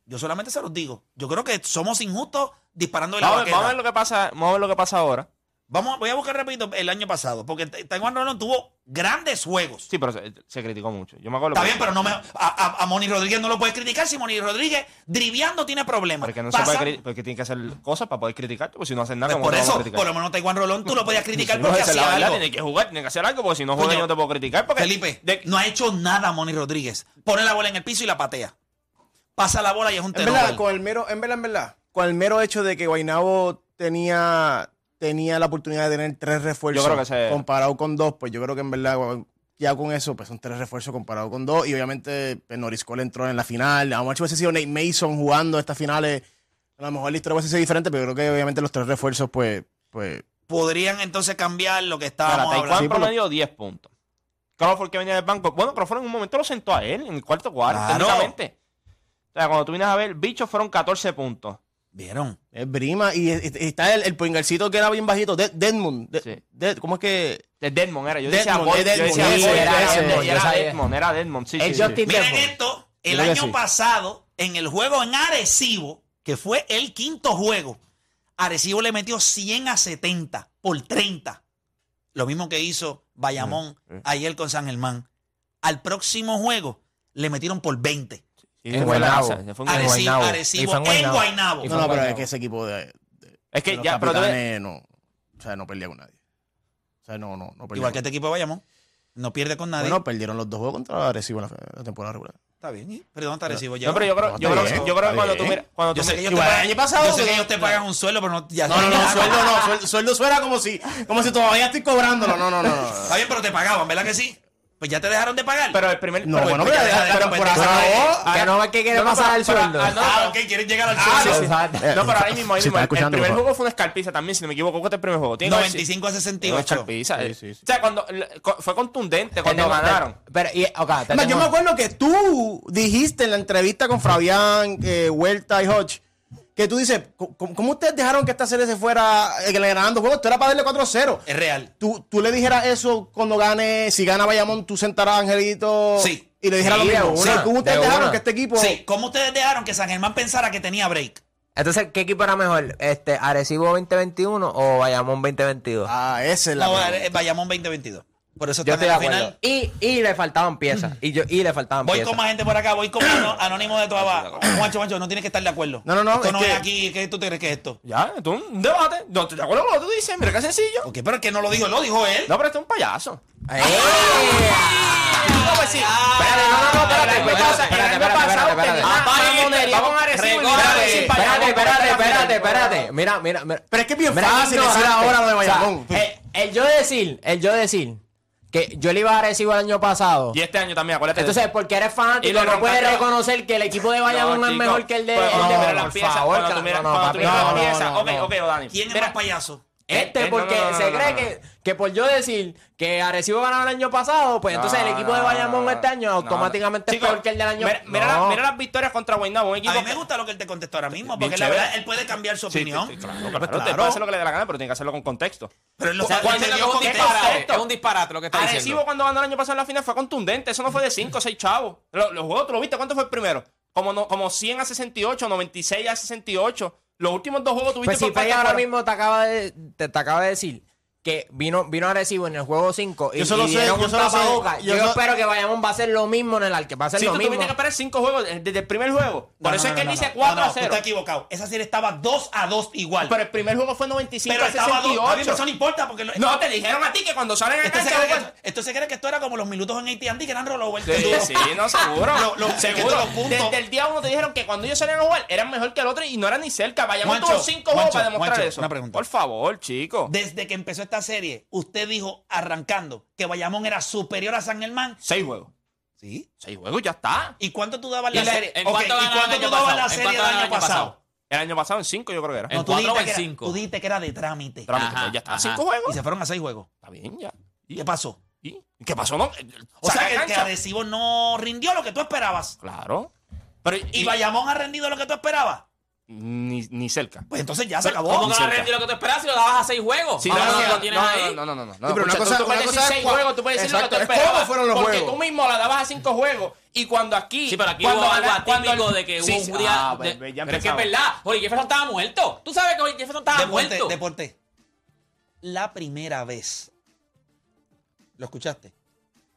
Speaker 1: Yo solamente se los digo. Yo creo que somos injustos disparando de la
Speaker 9: vamos, a ver-
Speaker 1: vaquera.
Speaker 9: vamos a ver lo que pasa, vamos a ver lo que pasa ahora.
Speaker 1: Vamos, voy a buscar rapidito el año pasado, porque Taiwan Rolón tuvo grandes juegos.
Speaker 9: Sí, pero se, se criticó mucho. Yo me acuerdo.
Speaker 1: Está
Speaker 9: porque-
Speaker 1: bien, pero no me, a, a- a Moni Rodríguez no lo puedes criticar si Moni Rodríguez driviando tiene problemas.
Speaker 9: Porque no
Speaker 1: Pasa-
Speaker 9: se puede cri- porque tiene que hacer cosas para poder criticarte, porque si no hacen nada,
Speaker 1: Pues
Speaker 9: ¿cómo
Speaker 1: por
Speaker 9: te vamos a
Speaker 1: eso,
Speaker 9: criticar?
Speaker 1: por lo menos Taiwan Rolón tú lo podías criticar
Speaker 9: Sí,
Speaker 1: porque
Speaker 9: esa es la
Speaker 1: hacía
Speaker 9: verdad,
Speaker 1: algo.
Speaker 9: Tiene que jugar, tiene que hacer algo, porque si no juega
Speaker 1: Coño,
Speaker 9: yo no te puedo criticar. Porque
Speaker 1: Felipe,
Speaker 9: de-
Speaker 1: no ha hecho nada Moni Rodríguez. Pone la bola en el piso y la patea. Pasa la bola y es un
Speaker 10: En verdad,
Speaker 1: terror.
Speaker 10: con el mero, en verdad, en verdad, con el mero hecho de que Guainabo tenía, tenía la oportunidad de tener tres refuerzos
Speaker 9: Yo creo que se-
Speaker 10: comparado con dos, pues yo creo que en verdad Guay- ya con eso, pues son tres refuerzos comparado con dos. Y obviamente pues, Norris Cole entró en la final. A lo mejor si hubiese sido Nate Mason jugando estas finales, a lo mejor la historia hubiese sido diferente, pero yo creo que obviamente los tres refuerzos, pues, pues
Speaker 1: Podrían entonces cambiar lo que
Speaker 9: Espérate,
Speaker 1: estábamos
Speaker 9: Taekwondo
Speaker 1: hablando.
Speaker 10: Sí, por lo-
Speaker 9: promedió 10 puntos. Crawford que venía del banco. Bueno, Crawford en un momento lo sentó a él, en el cuarto cuarto,
Speaker 1: Claro.
Speaker 9: técnicamente. O sea, cuando tú vienes a ver, bicho fueron 14 puntos.
Speaker 1: ¿Vieron?
Speaker 10: es Brima. Y, es- es- está el, el poingarcito que era bien bajito, De- Deadmond. De-
Speaker 9: Sí.
Speaker 10: De- ¿Cómo es que...?
Speaker 9: De Desmond era. Yo decía
Speaker 10: Desmond,
Speaker 9: Boyd,
Speaker 10: es
Speaker 9: yo
Speaker 10: Desmond.
Speaker 9: decía
Speaker 10: Sí,
Speaker 9: Boyd,
Speaker 10: era
Speaker 9: era
Speaker 10: Desmond,
Speaker 9: Desmond,
Speaker 10: yo
Speaker 9: era
Speaker 3: sabía.
Speaker 9: Desmond, era Desmond. Sí, sí,
Speaker 3: Es
Speaker 9: sí.
Speaker 3: Justin
Speaker 1: Miren este
Speaker 3: Temple.
Speaker 1: esto, el
Speaker 10: creo que
Speaker 1: año
Speaker 10: sí.
Speaker 1: pasado, en el juego en Arecibo, que fue el quinto juego, Arecibo le metió 100 a 70 por 30. Lo mismo que hizo Bayamón
Speaker 10: Mm, eh.
Speaker 1: ayer con San Germán. Al próximo juego le metieron por 20.
Speaker 9: Sí,
Speaker 3: En
Speaker 9: fue la
Speaker 3: Guaynabo.
Speaker 9: casa, fue un-
Speaker 3: En
Speaker 1: Arecibo,
Speaker 3: Guaynabo. Y
Speaker 1: Arecibo,
Speaker 3: fue
Speaker 1: en
Speaker 3: en Guaynabo.
Speaker 1: Guaynabo.
Speaker 3: Y fue
Speaker 10: No, no, pero
Speaker 3: Guaynabo.
Speaker 10: es que ese equipo de,
Speaker 9: Es
Speaker 10: de
Speaker 9: que
Speaker 10: los
Speaker 9: ya, pero tú ves-
Speaker 10: capitanes no, o sea, no perdía con nadie. O sea, no, no, no perdía
Speaker 1: Igual
Speaker 10: con
Speaker 1: que este equipo de Bayamón. No pierde con nadie.
Speaker 10: Bueno, perdieron los dos juegos contra Arecibo en la, la temporada regular.
Speaker 1: Está Está bien, ¿eh? pero ¿dónde está recibo ya?
Speaker 9: No, pero yo creo, yo creo, que- yo creo que cuando tú miras. Cuando
Speaker 1: Yo
Speaker 9: tú
Speaker 1: sé que ellos
Speaker 9: miras-
Speaker 1: te
Speaker 9: Igual
Speaker 1: pagan-
Speaker 9: el año pasado,
Speaker 1: yo sé
Speaker 9: porque-
Speaker 1: que ellos te pagan un sueldo, pero no. ya-
Speaker 10: No, no, no, sueldo no. Sueldo, sueldo suena como si, como si todavía estoy cobrándolo. No, no, no. no.
Speaker 1: Está bien, pero te pagaban, ¿verdad que sí? Pues ya te dejaron de pagar.
Speaker 9: Pero el primer.
Speaker 10: No, bueno,
Speaker 1: pues,
Speaker 10: pero,
Speaker 1: ya,
Speaker 10: pero
Speaker 1: pues,
Speaker 10: por
Speaker 1: ya,
Speaker 10: ahora.
Speaker 3: Que no es que quiere
Speaker 9: eh, No, no,
Speaker 3: pasar
Speaker 9: pero-
Speaker 3: el
Speaker 9: pero-
Speaker 3: sueldo.
Speaker 9: ah, no,
Speaker 1: Ah, ok, quieren llegar al
Speaker 9: Ah, sí,
Speaker 1: sueldo.
Speaker 9: sí.
Speaker 10: Exacto.
Speaker 9: No, pero ahora mismo, ahí
Speaker 10: Si
Speaker 9: mismo,
Speaker 10: estás
Speaker 9: el- el
Speaker 10: escuchando,
Speaker 9: primer
Speaker 10: por
Speaker 9: juego fue una escarpiza también, si no me equivoco, ¿cuál fue el primer juego? Tiene que haber sido-
Speaker 1: 95 a
Speaker 9: Una
Speaker 1: 68.
Speaker 9: escarpiza.
Speaker 10: Sí,
Speaker 9: eh.
Speaker 10: sí, sí.
Speaker 9: O sea, cuando co- fue contundente cuando
Speaker 3: Tenemos-
Speaker 9: ganaron.
Speaker 3: Pero, y, ok,
Speaker 10: Es más, yo
Speaker 3: tenemos-
Speaker 10: me acuerdo que tú dijiste en la entrevista con Fabián, eh, Huerta y Hodge, que tú dices, "¿Cómo- ¿cómo, cómo ustedes dejaron que esta serie se fuera eh, que le ganando juegos? Tú era para darle 4-0.
Speaker 1: Es real.
Speaker 10: Tú, tú le dijeras eso cuando gane, si gana Bayamón, tú sentarás a Angelito
Speaker 1: Sí.
Speaker 10: y le dijeras
Speaker 3: Sí,
Speaker 10: lo mismo.
Speaker 3: de una,
Speaker 10: ¿Cómo ustedes
Speaker 3: de
Speaker 10: dejaron
Speaker 3: una.
Speaker 10: que este
Speaker 9: Pues,
Speaker 10: equipo...
Speaker 1: Sí, ¿cómo ustedes dejaron que San Germán pensara que tenía break?
Speaker 3: Entonces, ¿qué equipo era mejor? Este, ¿Arecibo 2021 o Bayamón 2022?
Speaker 10: Ah, esa es la...
Speaker 1: No,
Speaker 10: pregunta.
Speaker 1: eh, Bayamón 2022. Por eso
Speaker 3: yo
Speaker 1: están
Speaker 3: estoy
Speaker 1: en
Speaker 3: de
Speaker 1: la
Speaker 3: acuerdo.
Speaker 1: final.
Speaker 3: Y, y le faltaban piezas. Y, yo, y le faltaban
Speaker 1: Voy
Speaker 3: piezas.
Speaker 1: con más gente por acá, voy con uno anónimo de tu abajo. Juancho, Juancho, no tienes que estar de acuerdo.
Speaker 10: No, no, no,
Speaker 1: Esto
Speaker 10: es
Speaker 1: no
Speaker 10: que-
Speaker 1: es aquí, ¿qué tú te crees que es esto?
Speaker 9: Ya, esto es un debate. No, ¿Te acuerdas lo que tú dices? Mira qué sencillo.
Speaker 1: Ok, pero es que no lo dijo, lo dijo él.
Speaker 9: No, pero este es un payaso.
Speaker 3: ¡Eh!
Speaker 9: No, pues sí. Espérate, no, no, no, espérate.
Speaker 3: Espérate,
Speaker 9: Entonces,
Speaker 3: espérate,
Speaker 9: el año
Speaker 3: espérate,
Speaker 9: pasado
Speaker 3: espérate, espérate.
Speaker 9: tenía
Speaker 2: Apaguen este,
Speaker 9: mamonería
Speaker 2: vamos,
Speaker 9: con Arecibo y
Speaker 2: recoge,
Speaker 9: miraron que sin payaso,
Speaker 3: Espérate, espérate,
Speaker 9: pero
Speaker 3: espérate,
Speaker 9: espérate,
Speaker 3: espérate. Mira, mira, mira.
Speaker 10: Pero es que es bien
Speaker 3: Mira,
Speaker 10: fácil decir
Speaker 3: ignorante.
Speaker 10: ahora lo de Bayamón.
Speaker 3: O sea, eh, el, el yo decir, el yo decir, que yo le iba a Arecibo el año pasado.
Speaker 9: Y este año también, acuérdate. de-
Speaker 3: Entonces, porque eres
Speaker 9: Y
Speaker 3: fanático,
Speaker 9: le
Speaker 3: no puedes
Speaker 9: roncaste-
Speaker 3: reconocer que el equipo de Bayamón
Speaker 9: No,
Speaker 3: es
Speaker 9: chico,
Speaker 3: mejor que el de.
Speaker 9: pues,
Speaker 3: el
Speaker 9: cuando
Speaker 3: de-
Speaker 9: tú miras las
Speaker 3: por
Speaker 9: piezas,
Speaker 3: favor,
Speaker 9: cuando tú miras-
Speaker 3: no, no,
Speaker 9: cuando tú
Speaker 3: papi,
Speaker 9: miras
Speaker 3: no,
Speaker 9: las
Speaker 3: no,
Speaker 9: piezas.
Speaker 3: no,
Speaker 9: Ok,
Speaker 3: no.
Speaker 9: ok, Dani.
Speaker 1: ¿Quién es
Speaker 9: Mira,
Speaker 1: más payaso?
Speaker 3: Este,
Speaker 9: Este,
Speaker 3: porque
Speaker 9: no, no, no,
Speaker 3: se
Speaker 9: no,
Speaker 3: cree
Speaker 9: no,
Speaker 3: que, que por yo decir que Arecibo ganaba el año pasado, pues entonces el equipo de Bayamón este año automáticamente es
Speaker 9: Chico,
Speaker 3: peor que el del año
Speaker 9: Mira,
Speaker 3: pasado.
Speaker 9: mira la- mira las victorias contra Guaynabo, un
Speaker 1: A
Speaker 9: equipo
Speaker 1: mí me
Speaker 9: que-
Speaker 1: gusta lo que él te contestó ahora mismo,
Speaker 9: Bien
Speaker 1: porque la
Speaker 9: chévere.
Speaker 1: verdad él puede cambiar su
Speaker 9: Sí, sí,
Speaker 1: opinión.
Speaker 9: sí, claro, claro,
Speaker 1: Pues
Speaker 9: Usted
Speaker 1: claro.
Speaker 9: puede hacer lo que le dé la gana, pero tiene que hacerlo con contexto.
Speaker 1: Pero él lo
Speaker 2: O sea,
Speaker 1: sabe,
Speaker 2: estás
Speaker 1: él
Speaker 2: diciendo
Speaker 1: dio
Speaker 2: que es un
Speaker 1: contexto.
Speaker 2: disparate. Es un disparate lo que está
Speaker 9: Arecibo
Speaker 2: diciendo.
Speaker 9: cuando ganó el año pasado en la final fue contundente. Eso no fue de 5 o 6 chavos. Lo- Los, juegos, ¿tú lo viste? ¿Cuánto fue el primero? Como, no, como 100 a 68, 96 a 68. Los últimos dos juegos tuviste
Speaker 3: Pues si Fey ahora mismo te acaba de, te, te acaba de decir que vino, vino Arecibo en el juego 5 y,
Speaker 10: Yo solo
Speaker 3: y
Speaker 10: sé,
Speaker 3: dieron
Speaker 10: yo
Speaker 3: un
Speaker 10: solo sé,
Speaker 3: tapabocas.
Speaker 10: yo
Speaker 3: Yo,
Speaker 10: solo-
Speaker 3: espero que Bayamón va a hacer lo mismo en el arque, va a hacer
Speaker 9: Sí,
Speaker 3: lo
Speaker 9: tú
Speaker 3: mismo.
Speaker 9: tuviste que esperar 5 juegos eh, desde el primer juego. Por
Speaker 1: No,
Speaker 9: eso
Speaker 1: no,
Speaker 9: es
Speaker 1: no,
Speaker 9: que él
Speaker 1: no,
Speaker 9: dice
Speaker 1: no.
Speaker 9: 4
Speaker 1: No,
Speaker 9: a
Speaker 1: no, tú
Speaker 9: 0.
Speaker 1: estás equivocado. Esa serie estaba 2 a 2 igual.
Speaker 9: Pero el primer juego fue 95
Speaker 1: Pero
Speaker 9: a
Speaker 1: estaba 2 a 2.
Speaker 9: 68.
Speaker 1: Eso no importa porque... lo-
Speaker 9: No, te dijeron a ti que cuando salen a
Speaker 1: Entonces se
Speaker 9: cancha...
Speaker 1: cree
Speaker 9: juegan-
Speaker 1: que- Entonces se cree que esto era como los minutos en AT&T que eran rollover. que
Speaker 9: Sí,
Speaker 1: tú-
Speaker 9: sí, no, seguro.
Speaker 1: Lo- lo-
Speaker 9: seguro.
Speaker 1: los puntos-
Speaker 9: Desde el día uno te dijeron que cuando ellos salían a jugar eran mejor que el otro y no eran ni cerca. Vayamos
Speaker 1: Juancho,
Speaker 9: todos cinco juegos
Speaker 1: Juancho,
Speaker 9: para demostrar
Speaker 1: Juancho,
Speaker 9: eso.
Speaker 1: una pregunta.
Speaker 9: Por favor, chico.
Speaker 1: Desde que empezó esta serie, usted dijo, arrancando, que Bayamón era superior a San Germán.
Speaker 9: Seis juegos.
Speaker 1: Sí.
Speaker 9: Seis juegos, ya está.
Speaker 1: ¿Y cuánto tú dabas
Speaker 2: ¿Y
Speaker 1: la
Speaker 2: la-
Speaker 1: serie?
Speaker 2: en
Speaker 1: Ok,
Speaker 2: cuánto
Speaker 1: ¿Y
Speaker 2: ganaron el
Speaker 1: cuánto
Speaker 2: año
Speaker 1: tú dabas la
Speaker 2: pasado? ¿En
Speaker 1: serie del
Speaker 2: cuánto
Speaker 1: año
Speaker 2: ganaron el año
Speaker 1: pasado?
Speaker 9: El año pasado en cinco, yo creo que era.
Speaker 2: En
Speaker 1: No, tú
Speaker 2: cuatro
Speaker 1: dijiste
Speaker 2: o en
Speaker 1: que era-
Speaker 2: cinco.
Speaker 1: Tú dijiste que era de trámite.
Speaker 9: Trámite,
Speaker 2: Ajá,
Speaker 9: pues ya está.
Speaker 2: ajá.
Speaker 9: Cinco
Speaker 1: Y
Speaker 9: juegos.
Speaker 1: se fueron a seis juegos.
Speaker 9: Está bien, ya. ¿Y
Speaker 1: ¿Qué pasó?
Speaker 9: ¿Y? ¿Qué pasó? No. eh,
Speaker 1: O sea,
Speaker 9: Saca
Speaker 1: que, el
Speaker 9: cancha.
Speaker 1: Arecibo no rindió lo que tú esperabas.
Speaker 9: Claro. Pero,
Speaker 1: ¿Y Bayamón ha rendido lo que tú esperabas?
Speaker 9: Ni, ni cerca.
Speaker 1: Pues entonces ya se acabó.
Speaker 2: ¿Cómo
Speaker 9: Ni
Speaker 2: que no
Speaker 9: cerca.
Speaker 2: rendió lo que tú esperabas si lo dabas a seis juegos?
Speaker 9: Sí,
Speaker 3: Ah,
Speaker 2: Ahora
Speaker 9: no,
Speaker 2: sí
Speaker 9: no,
Speaker 2: lo
Speaker 9: no,
Speaker 2: tienes
Speaker 9: no,
Speaker 2: ahí.
Speaker 9: no, no, no, no, no.
Speaker 10: pero una
Speaker 9: Escucha,
Speaker 10: cosa-
Speaker 9: tú,
Speaker 10: una
Speaker 9: tú puedes
Speaker 10: cosa
Speaker 9: decir
Speaker 10: es
Speaker 9: seis
Speaker 10: cua-
Speaker 9: juegos, tú puedes decir lo que
Speaker 10: Exacto,
Speaker 9: tú
Speaker 10: es cómo
Speaker 9: esperabas.
Speaker 10: fueron los
Speaker 9: porque
Speaker 10: juegos.
Speaker 9: tú mismo la dabas a cinco juegos. Y cuando aquí.
Speaker 2: Sí, pero aquí
Speaker 9: cuando
Speaker 2: hubo algo
Speaker 9: gana- cuando-
Speaker 2: atípico de que hubo
Speaker 9: Sí, sí,
Speaker 2: un día.
Speaker 9: ah,
Speaker 2: de-
Speaker 9: pues, ya
Speaker 2: pero es que es
Speaker 9: empezamos.
Speaker 2: verdad. Jorge Jefferson estaba muerto. Tú sabes que Jorge Jefferson estaba
Speaker 1: Deporte,
Speaker 2: muerto.
Speaker 1: deporte. La primera vez. ¿Lo escuchaste?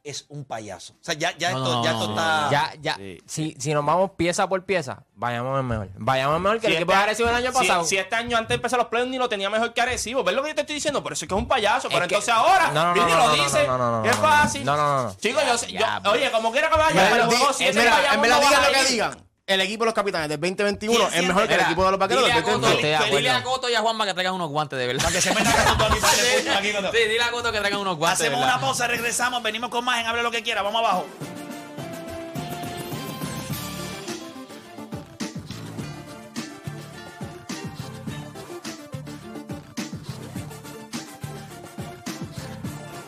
Speaker 1: Es un payaso. O sea, ya, ya
Speaker 2: No,
Speaker 1: esto,
Speaker 2: no,
Speaker 1: ya
Speaker 2: no,
Speaker 1: esto
Speaker 2: no,
Speaker 1: está.
Speaker 3: Ya, ya,
Speaker 9: Sí,
Speaker 3: si, si nos vamos pieza por pieza, Bayamón es mejor. Bayamón es mejor que
Speaker 9: Si
Speaker 3: el
Speaker 9: este-
Speaker 3: equipo de Arecibo el año
Speaker 9: si-
Speaker 3: pasado.
Speaker 9: Si, este año antes de empezar los playoffs ni lo tenía mejor que Arecibo. ¿Ves lo que yo te estoy diciendo? Por eso es que es un payaso. Pero
Speaker 3: Es que-
Speaker 9: entonces ahora,
Speaker 3: No, no, no,
Speaker 9: Vini
Speaker 3: no,
Speaker 9: lo
Speaker 3: no, no,
Speaker 9: dice.
Speaker 3: no, no, no,
Speaker 9: que es
Speaker 3: no, no,
Speaker 9: fácil.
Speaker 3: no, no, no.
Speaker 9: Chicos, yo, sé- yo-
Speaker 2: Ya,
Speaker 9: oye, como quiera que vaya,
Speaker 10: Mira,
Speaker 9: para el
Speaker 10: di-
Speaker 9: juego siete,
Speaker 10: en verdad,
Speaker 9: Bayamón
Speaker 10: en verdad,
Speaker 9: no va
Speaker 10: digan
Speaker 9: a
Speaker 10: lo que
Speaker 9: ir.
Speaker 10: digan. El equipo de los capitanes del 2021
Speaker 1: ¿Quién
Speaker 10: es mejor que el
Speaker 2: Mira,
Speaker 10: equipo de los vaqueros
Speaker 2: dile
Speaker 10: del
Speaker 2: a Coto-
Speaker 10: 2021.
Speaker 3: estoy de
Speaker 2: Dile a
Speaker 3: acuerdo.
Speaker 2: Coto y a Juanma que traigan unos guantes de verdad.
Speaker 1: Para que se metan con todo aquí, para que se escuchen aquí, con todo.
Speaker 2: Sí, dile a Coto que traigan unos guantes de
Speaker 1: Hacemos
Speaker 2: verdad.
Speaker 1: una pausa, regresamos, venimos con más en Hable lo que quiera. Vamos abajo.